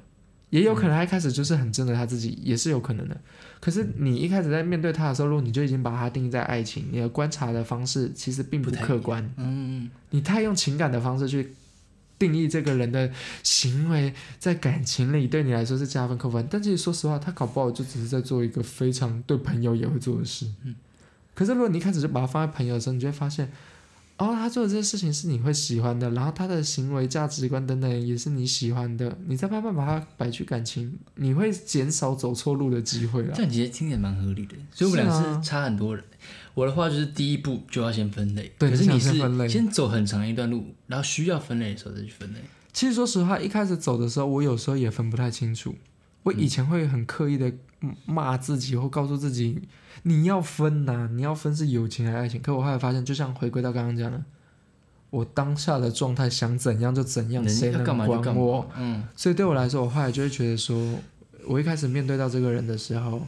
[SPEAKER 2] 也有可能他一开始就是很真的他自己，也是有可能的。可是你一开始在面对他的时候，如果你就已经把他定义在爱情，你的观察的方式其实并不
[SPEAKER 1] 不太一样
[SPEAKER 2] 客观。
[SPEAKER 1] 嗯，
[SPEAKER 2] 你太用情感的方式去定义这个人的行为，在感情里对你来说是加分扣分，但其实说实话，他搞不好就只是在做一个非常对朋友也会做的事。
[SPEAKER 1] 嗯，
[SPEAKER 2] 可是如果你一开始就把他放在朋友的时候，你就会发现。哦，他做的这些事情是你会喜欢的，然后他的行为、价值观等等也是你喜欢的，你再慢慢把它摆去感情，你会减少走错路的机会了
[SPEAKER 1] 这。样其实听起来蛮合理的，所以我们
[SPEAKER 2] 是啊
[SPEAKER 1] 俩是差很多人。我的话就是第一步就要先分类，
[SPEAKER 2] 对
[SPEAKER 1] 可是你
[SPEAKER 2] 你想
[SPEAKER 1] 是
[SPEAKER 2] 先分类
[SPEAKER 1] 先走很长一段路，然后需要分类的时候再去分类。
[SPEAKER 2] 其实说实话，一开始走的时候，我有时候也分不太清楚。我以前会很刻意的骂自己，或告诉自己你要分呐、你要分是友情还是爱情。可我后来发现，就像回归到刚刚讲的，我当下的状态想怎样就怎样，
[SPEAKER 1] 人
[SPEAKER 2] 谁
[SPEAKER 1] 要
[SPEAKER 2] 能
[SPEAKER 1] 干嘛就干
[SPEAKER 2] 管我
[SPEAKER 1] 嘛？，嗯，
[SPEAKER 2] 所以对我来说，我后来就会觉得说，我一开始面对到这个人的时候，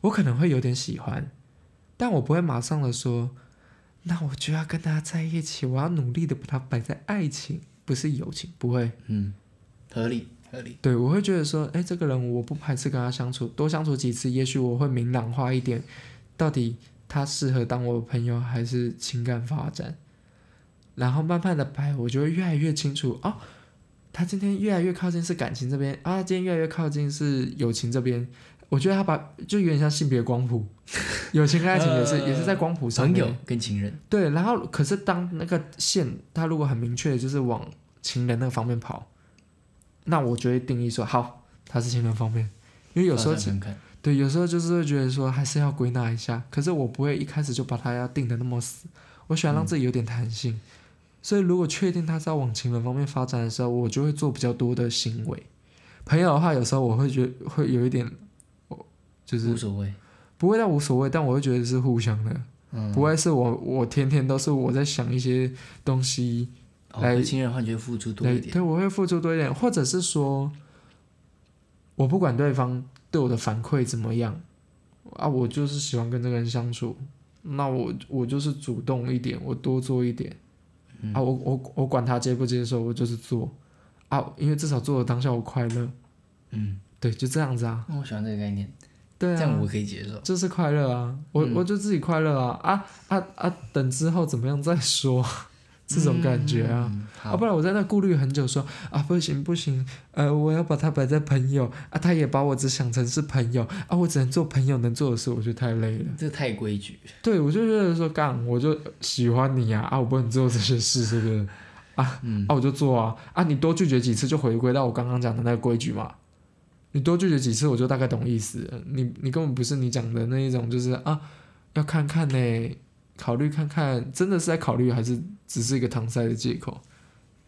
[SPEAKER 2] 我可能会有点喜欢，但我不会马上的说，那我就要跟他在一起，我要努力的把它摆在爱情，不是友情，不会。
[SPEAKER 1] 嗯，合理合理。
[SPEAKER 2] 对，我会觉得说，哎，这个人我不排斥跟他相处，多相处几次，也许我会明朗化一点，到底他适合当我的朋友还是情感发展。然后慢慢的摆，我就会越来越清楚哦，他今天越来越靠近是感情这边啊，今天越来越靠近是友情这边。我觉得他把就有点像性别光谱， *laughs* 友情跟爱情也是、也是在光谱上
[SPEAKER 1] 呃朋
[SPEAKER 2] 面。
[SPEAKER 1] 友跟情人，
[SPEAKER 2] 对，然后可是当那个线，它如果很明确的就是往情人那个方面跑，那我就会定义说，好，它是情人方面，因为有时候
[SPEAKER 1] 发散看看，
[SPEAKER 2] 对，有时候就是会觉得说还是要归纳一下，可是我不会一开始就把它要定的那么死，我喜欢让自己有点弹性，所以如果确定它是要往情人方面发展的时候，我就会做比较多的行为。朋友的话，有时候我会觉得会有一点，我就是
[SPEAKER 1] 无所谓，
[SPEAKER 2] 不会到无所谓，但我会觉得是互相的。
[SPEAKER 1] 嗯，
[SPEAKER 2] 不会是我我天天都是我在想一些东西，
[SPEAKER 1] 哦
[SPEAKER 2] 来
[SPEAKER 1] 对情人的话，你就会付出多
[SPEAKER 2] 对
[SPEAKER 1] 一点，
[SPEAKER 2] 对，我会付出多一点，或者是说，我不管对方对我的反馈怎么样，啊，我就是喜欢跟这个人相处，那我我就是主动一点，我多做一点，
[SPEAKER 1] 嗯
[SPEAKER 2] 啊，我我我管他接不接受，我就是做，啊，因为至少做的当下我快乐，
[SPEAKER 1] 嗯，
[SPEAKER 2] 对，就这样子啊，
[SPEAKER 1] 哦那我喜欢这个概念，
[SPEAKER 2] 对啊，
[SPEAKER 1] 这样我可以接受。
[SPEAKER 2] 就是快乐啊，我、
[SPEAKER 1] 嗯
[SPEAKER 2] 我就自己快乐啊啊啊啊！等之后怎么样再说， *laughs* 这种感觉啊。
[SPEAKER 1] 嗯，
[SPEAKER 2] 要
[SPEAKER 1] 好
[SPEAKER 2] 不，然我在那顾虑很久说，啊不行不行，呃我要把他摆在朋友啊，他也把我只想成是朋友啊，我只能做朋友能做的事，我觉得太累了。
[SPEAKER 1] 这太规矩了，
[SPEAKER 2] 对我就觉得说干，我就喜欢你啊啊，我不能做这些事是不是？
[SPEAKER 1] 嗯
[SPEAKER 2] 啊，我就做啊啊！你多拒绝几次，就回归到我刚刚讲的那个规矩嘛。你多拒绝几次，我就大概懂意思了。你你根本不是你讲的那一种，就是啊，要看看呢、考虑看看，真的是在考虑，还是只是一个搪塞的借口？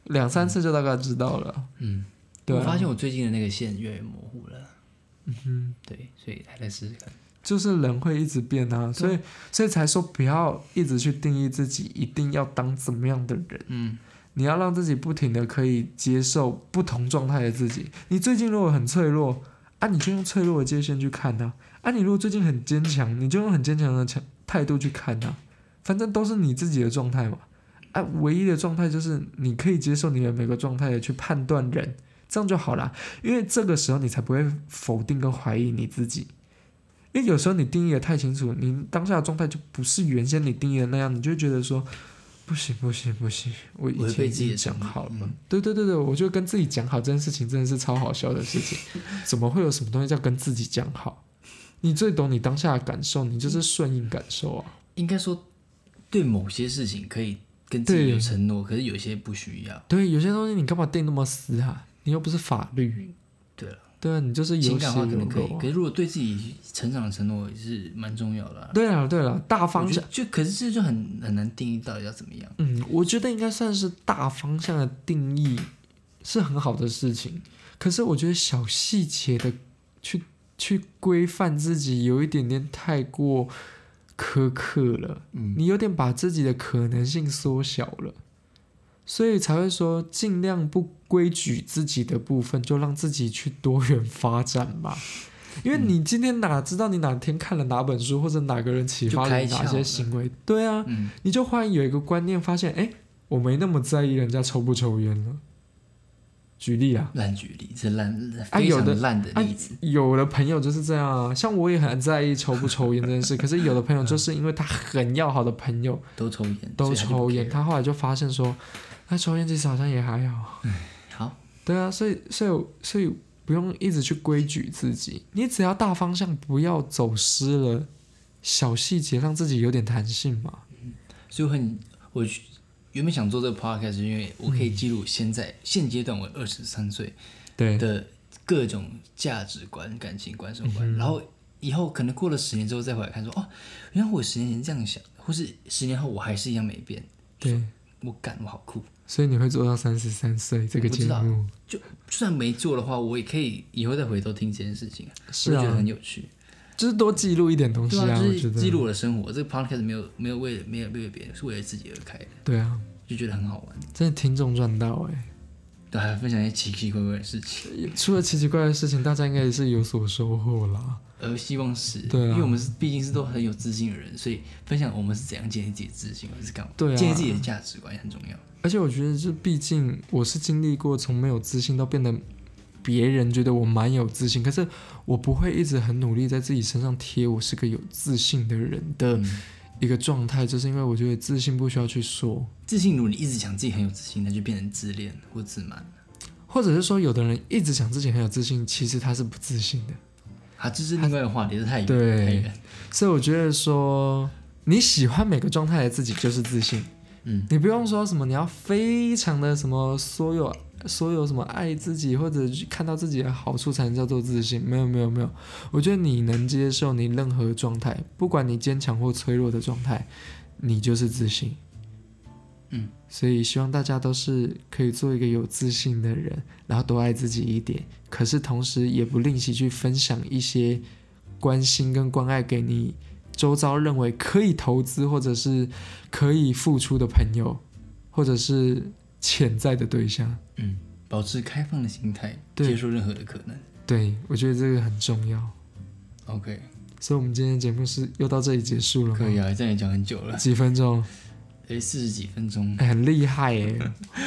[SPEAKER 2] 两三次就大概知道了。
[SPEAKER 1] 嗯，
[SPEAKER 2] 对啊、
[SPEAKER 1] 我发现我最近的那个线越来越模糊了，嗯哼，对，所以还在试试看，
[SPEAKER 2] 就是人会一直变啊，所以所以才说不要一直去定义自己一定要当怎么样的人。
[SPEAKER 1] 嗯。
[SPEAKER 2] 你要让自己不停的可以接受不同状态的自己。你最近如果很脆弱啊，你就用脆弱的界限去看它、啊；你如果最近很坚强，你就用很坚强的强态度去看它、反正都是你自己的状态嘛。啊，唯一的状态就是你可以接受你的每个状态的去判断人，这样就好啦。因为这个时候你才不会否定跟怀疑你自己。因为有时候你定义的太清楚，你当下的状态就不是原先你定义的那样，你就会觉得说，不行不行不行，我以
[SPEAKER 1] 违
[SPEAKER 2] 前
[SPEAKER 1] 背
[SPEAKER 2] 已
[SPEAKER 1] 自己
[SPEAKER 2] 经
[SPEAKER 1] 的
[SPEAKER 2] 讲
[SPEAKER 1] 想法
[SPEAKER 2] 好了。
[SPEAKER 1] 嗯
[SPEAKER 2] 对对对对，我就跟自己讲好这件事情真的是超好笑的事 *laughs* 情，怎么会有什么东西叫跟自己讲好？你最懂你当下的感受，你就是顺应感受啊。
[SPEAKER 1] 应该说，对某些事情可以跟自己
[SPEAKER 2] 对
[SPEAKER 1] 有承诺，可是有些不需要。
[SPEAKER 2] 对，有些东西你干嘛定那么死啊？你又不是法律。
[SPEAKER 1] 嗯对了，
[SPEAKER 2] 对啊，你就是有
[SPEAKER 1] 情
[SPEAKER 2] 血
[SPEAKER 1] 感化可
[SPEAKER 2] 有
[SPEAKER 1] 能可以
[SPEAKER 2] 肉，啊
[SPEAKER 1] 可。是如果对自己成长的承诺也是蛮重要的、啊。
[SPEAKER 2] 对啊，对了，大
[SPEAKER 1] 我
[SPEAKER 2] 方
[SPEAKER 1] 觉
[SPEAKER 2] 向，
[SPEAKER 1] 得就可是这就很很难定义到底要怎么样。
[SPEAKER 2] 嗯，我觉得应该算是大方向的定义是很好的事情，可是我觉得小细节的去去规范自己，有一点点太过苛刻了。
[SPEAKER 1] 嗯，
[SPEAKER 2] 你有点把自己的可能性缩小了，所以才会说尽量不规矩自己的部分，就让自己去多元发
[SPEAKER 1] *laughs*
[SPEAKER 2] 展吧。
[SPEAKER 1] 嗯
[SPEAKER 2] 因为你今天哪知道你哪天看了哪本书，或者哪个人启发了你
[SPEAKER 1] 就开窍
[SPEAKER 2] 哪些行为？对啊，
[SPEAKER 1] 嗯，
[SPEAKER 2] 你就忽然有一个观念，发现哎，诶我没那么在意人家抽不抽烟了。举例啊，
[SPEAKER 1] 烂举例，这烂
[SPEAKER 2] 啊
[SPEAKER 1] 非
[SPEAKER 2] 有
[SPEAKER 1] 常
[SPEAKER 2] 的
[SPEAKER 1] 烂的
[SPEAKER 2] 啊
[SPEAKER 1] 例子。
[SPEAKER 2] 有的朋友就是这样啊，像我也很在意抽不抽烟
[SPEAKER 1] *laughs*
[SPEAKER 2] 这件事，可是有的朋友就是因为他很要好的朋友
[SPEAKER 1] 都抽烟，
[SPEAKER 2] 都
[SPEAKER 1] 所以他就不
[SPEAKER 2] 抽烟，
[SPEAKER 1] care。
[SPEAKER 2] 他后来就发现说，他抽烟其实好像也还好。
[SPEAKER 1] 好，
[SPEAKER 2] 对啊，所以所以所以不用一直去规矩自己，你只要大方向不要走失了，小细节让自己有点弹性嘛。
[SPEAKER 1] 所以我很我原本想做这个 podcast，是因为我可以记录现在、现阶段我二十三岁
[SPEAKER 2] 对，
[SPEAKER 1] 的各种价值观、感情观、生活
[SPEAKER 2] 嗯
[SPEAKER 1] 观，然后以后可能过了十年之后再回来看说，哦，原来我十年前这样想，或是十年后我还是一样没变，
[SPEAKER 2] 对，
[SPEAKER 1] 我干，我好酷。
[SPEAKER 2] 所以你会做到三十三岁这
[SPEAKER 1] 我
[SPEAKER 2] 个
[SPEAKER 1] 不
[SPEAKER 2] 节
[SPEAKER 1] 知道
[SPEAKER 2] 目，
[SPEAKER 1] 就算没做的话，我也可以以后再回头听这件事情，
[SPEAKER 2] 是
[SPEAKER 1] 我就觉得
[SPEAKER 2] 啊，
[SPEAKER 1] 很有趣。
[SPEAKER 2] 就是多记录一点东西
[SPEAKER 1] 对啊，就
[SPEAKER 2] 我觉
[SPEAKER 1] 是
[SPEAKER 2] 得
[SPEAKER 1] 记录我的生活。这个 podcast 没有没有为没有为别人，是为了自己而开的，
[SPEAKER 2] 对啊，
[SPEAKER 1] 就觉得很好玩。
[SPEAKER 2] 真的听众赚到哎、
[SPEAKER 1] 对，还分享一些奇奇怪怪的事情，
[SPEAKER 2] 出了奇奇怪怪的事情，大家应该也是有所收获啦。
[SPEAKER 1] 而希望是，
[SPEAKER 2] 对啊
[SPEAKER 1] 因为我们是毕竟是都很有自信的人，所以分享我们是怎样建立自己的自信，或是干嘛，
[SPEAKER 2] 对啊
[SPEAKER 1] 建立自己的价值观也很重要。
[SPEAKER 2] 而且我觉得，这毕竟我是经历过从没有自信到变得别人觉得我蛮有自信，可是我不会一直很努力在自己身上贴我是个有自信的人的
[SPEAKER 1] 嗯，
[SPEAKER 2] 一个状态，就是因为我觉得自信不需要去说，
[SPEAKER 1] 自信如果你一直讲自己很有自信，那就变成自恋或自满了。
[SPEAKER 2] 或者是说有的人一直讲自己很有自信，其实他是不自信的。
[SPEAKER 1] 啊，这是另外一个话题，这太远
[SPEAKER 2] 对
[SPEAKER 1] 太远。
[SPEAKER 2] 所以我觉得说你喜欢每个状态的自己就是自信。
[SPEAKER 1] 嗯，
[SPEAKER 2] 你不用说什么，你要非常的什么所有所有什么爱自己，或者去看到自己的好处才能叫做自信。没有没有没有，我觉得你能接受你任何状态，不管你坚强或脆弱的状态，你就是自信。
[SPEAKER 1] 嗯，
[SPEAKER 2] 所以希望大家都是可以做一个有自信的人，然后多爱自己一点。可是同时也不吝惜去分享一些关心跟关爱给你周遭认为可以投资或者是可以付出的朋友，或者是潜在的对象。
[SPEAKER 1] 保持开放的心态，
[SPEAKER 2] 对
[SPEAKER 1] 接受任何的可能。
[SPEAKER 2] 对我觉得这个很重要。
[SPEAKER 1] OK，
[SPEAKER 2] 所以，我们今天的节目是又到这里结束了吗？
[SPEAKER 1] 可以啊，嗯这样也讲很久了，
[SPEAKER 2] 几分钟，
[SPEAKER 1] 诶，四十几分钟，
[SPEAKER 2] 哎、很厉害
[SPEAKER 1] *laughs*
[SPEAKER 2] 耶！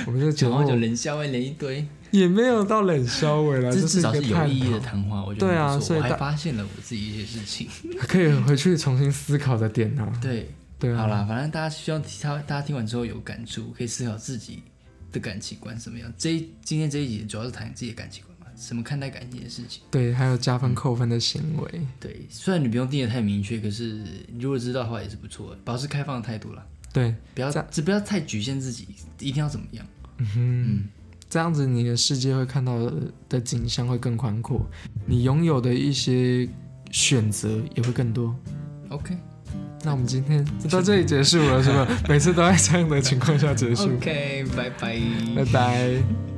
[SPEAKER 2] 我们这个节
[SPEAKER 1] 讲好久，
[SPEAKER 2] 目
[SPEAKER 1] 连下外连一堆。
[SPEAKER 2] 也没有到冷消尾了，
[SPEAKER 1] 这
[SPEAKER 2] 就
[SPEAKER 1] 至
[SPEAKER 2] 一
[SPEAKER 1] 少
[SPEAKER 2] 个
[SPEAKER 1] 是有
[SPEAKER 2] 探
[SPEAKER 1] 意义的
[SPEAKER 2] 讨，
[SPEAKER 1] 谈话，我觉得
[SPEAKER 2] 对啊
[SPEAKER 1] 很不错
[SPEAKER 2] 所以
[SPEAKER 1] 我还
[SPEAKER 2] 大
[SPEAKER 1] 发现了我自己一些事
[SPEAKER 2] *laughs*
[SPEAKER 1] 情。
[SPEAKER 2] 可以回去重新思考的点啊。
[SPEAKER 1] 对，
[SPEAKER 2] 对啊，
[SPEAKER 1] 好，啦，反正大家希望他大家听完之后有感触，可以思考自己的感情观怎么样。这一今天这一集主要是谈自己的感情观嘛，怎么看待感情的事情。
[SPEAKER 2] 对，还有加分扣分的行为。
[SPEAKER 1] 对，虽然你不用定的太明确，可是你如果知道的话也是不错的，保持开放的态度啦，
[SPEAKER 2] 对，
[SPEAKER 1] 不要
[SPEAKER 2] 这
[SPEAKER 1] 只不要太局限自己，一定要怎么样。
[SPEAKER 2] 嗯哼，这样子你的世界会看到的的景象会更宽阔，你拥有的一些选择也会更多。
[SPEAKER 1] 嗯 OK
[SPEAKER 2] 那我们今天就到这里结束了，是吧？每次都在这样的情况下结束，
[SPEAKER 1] OK，拜拜。
[SPEAKER 2] 拜拜。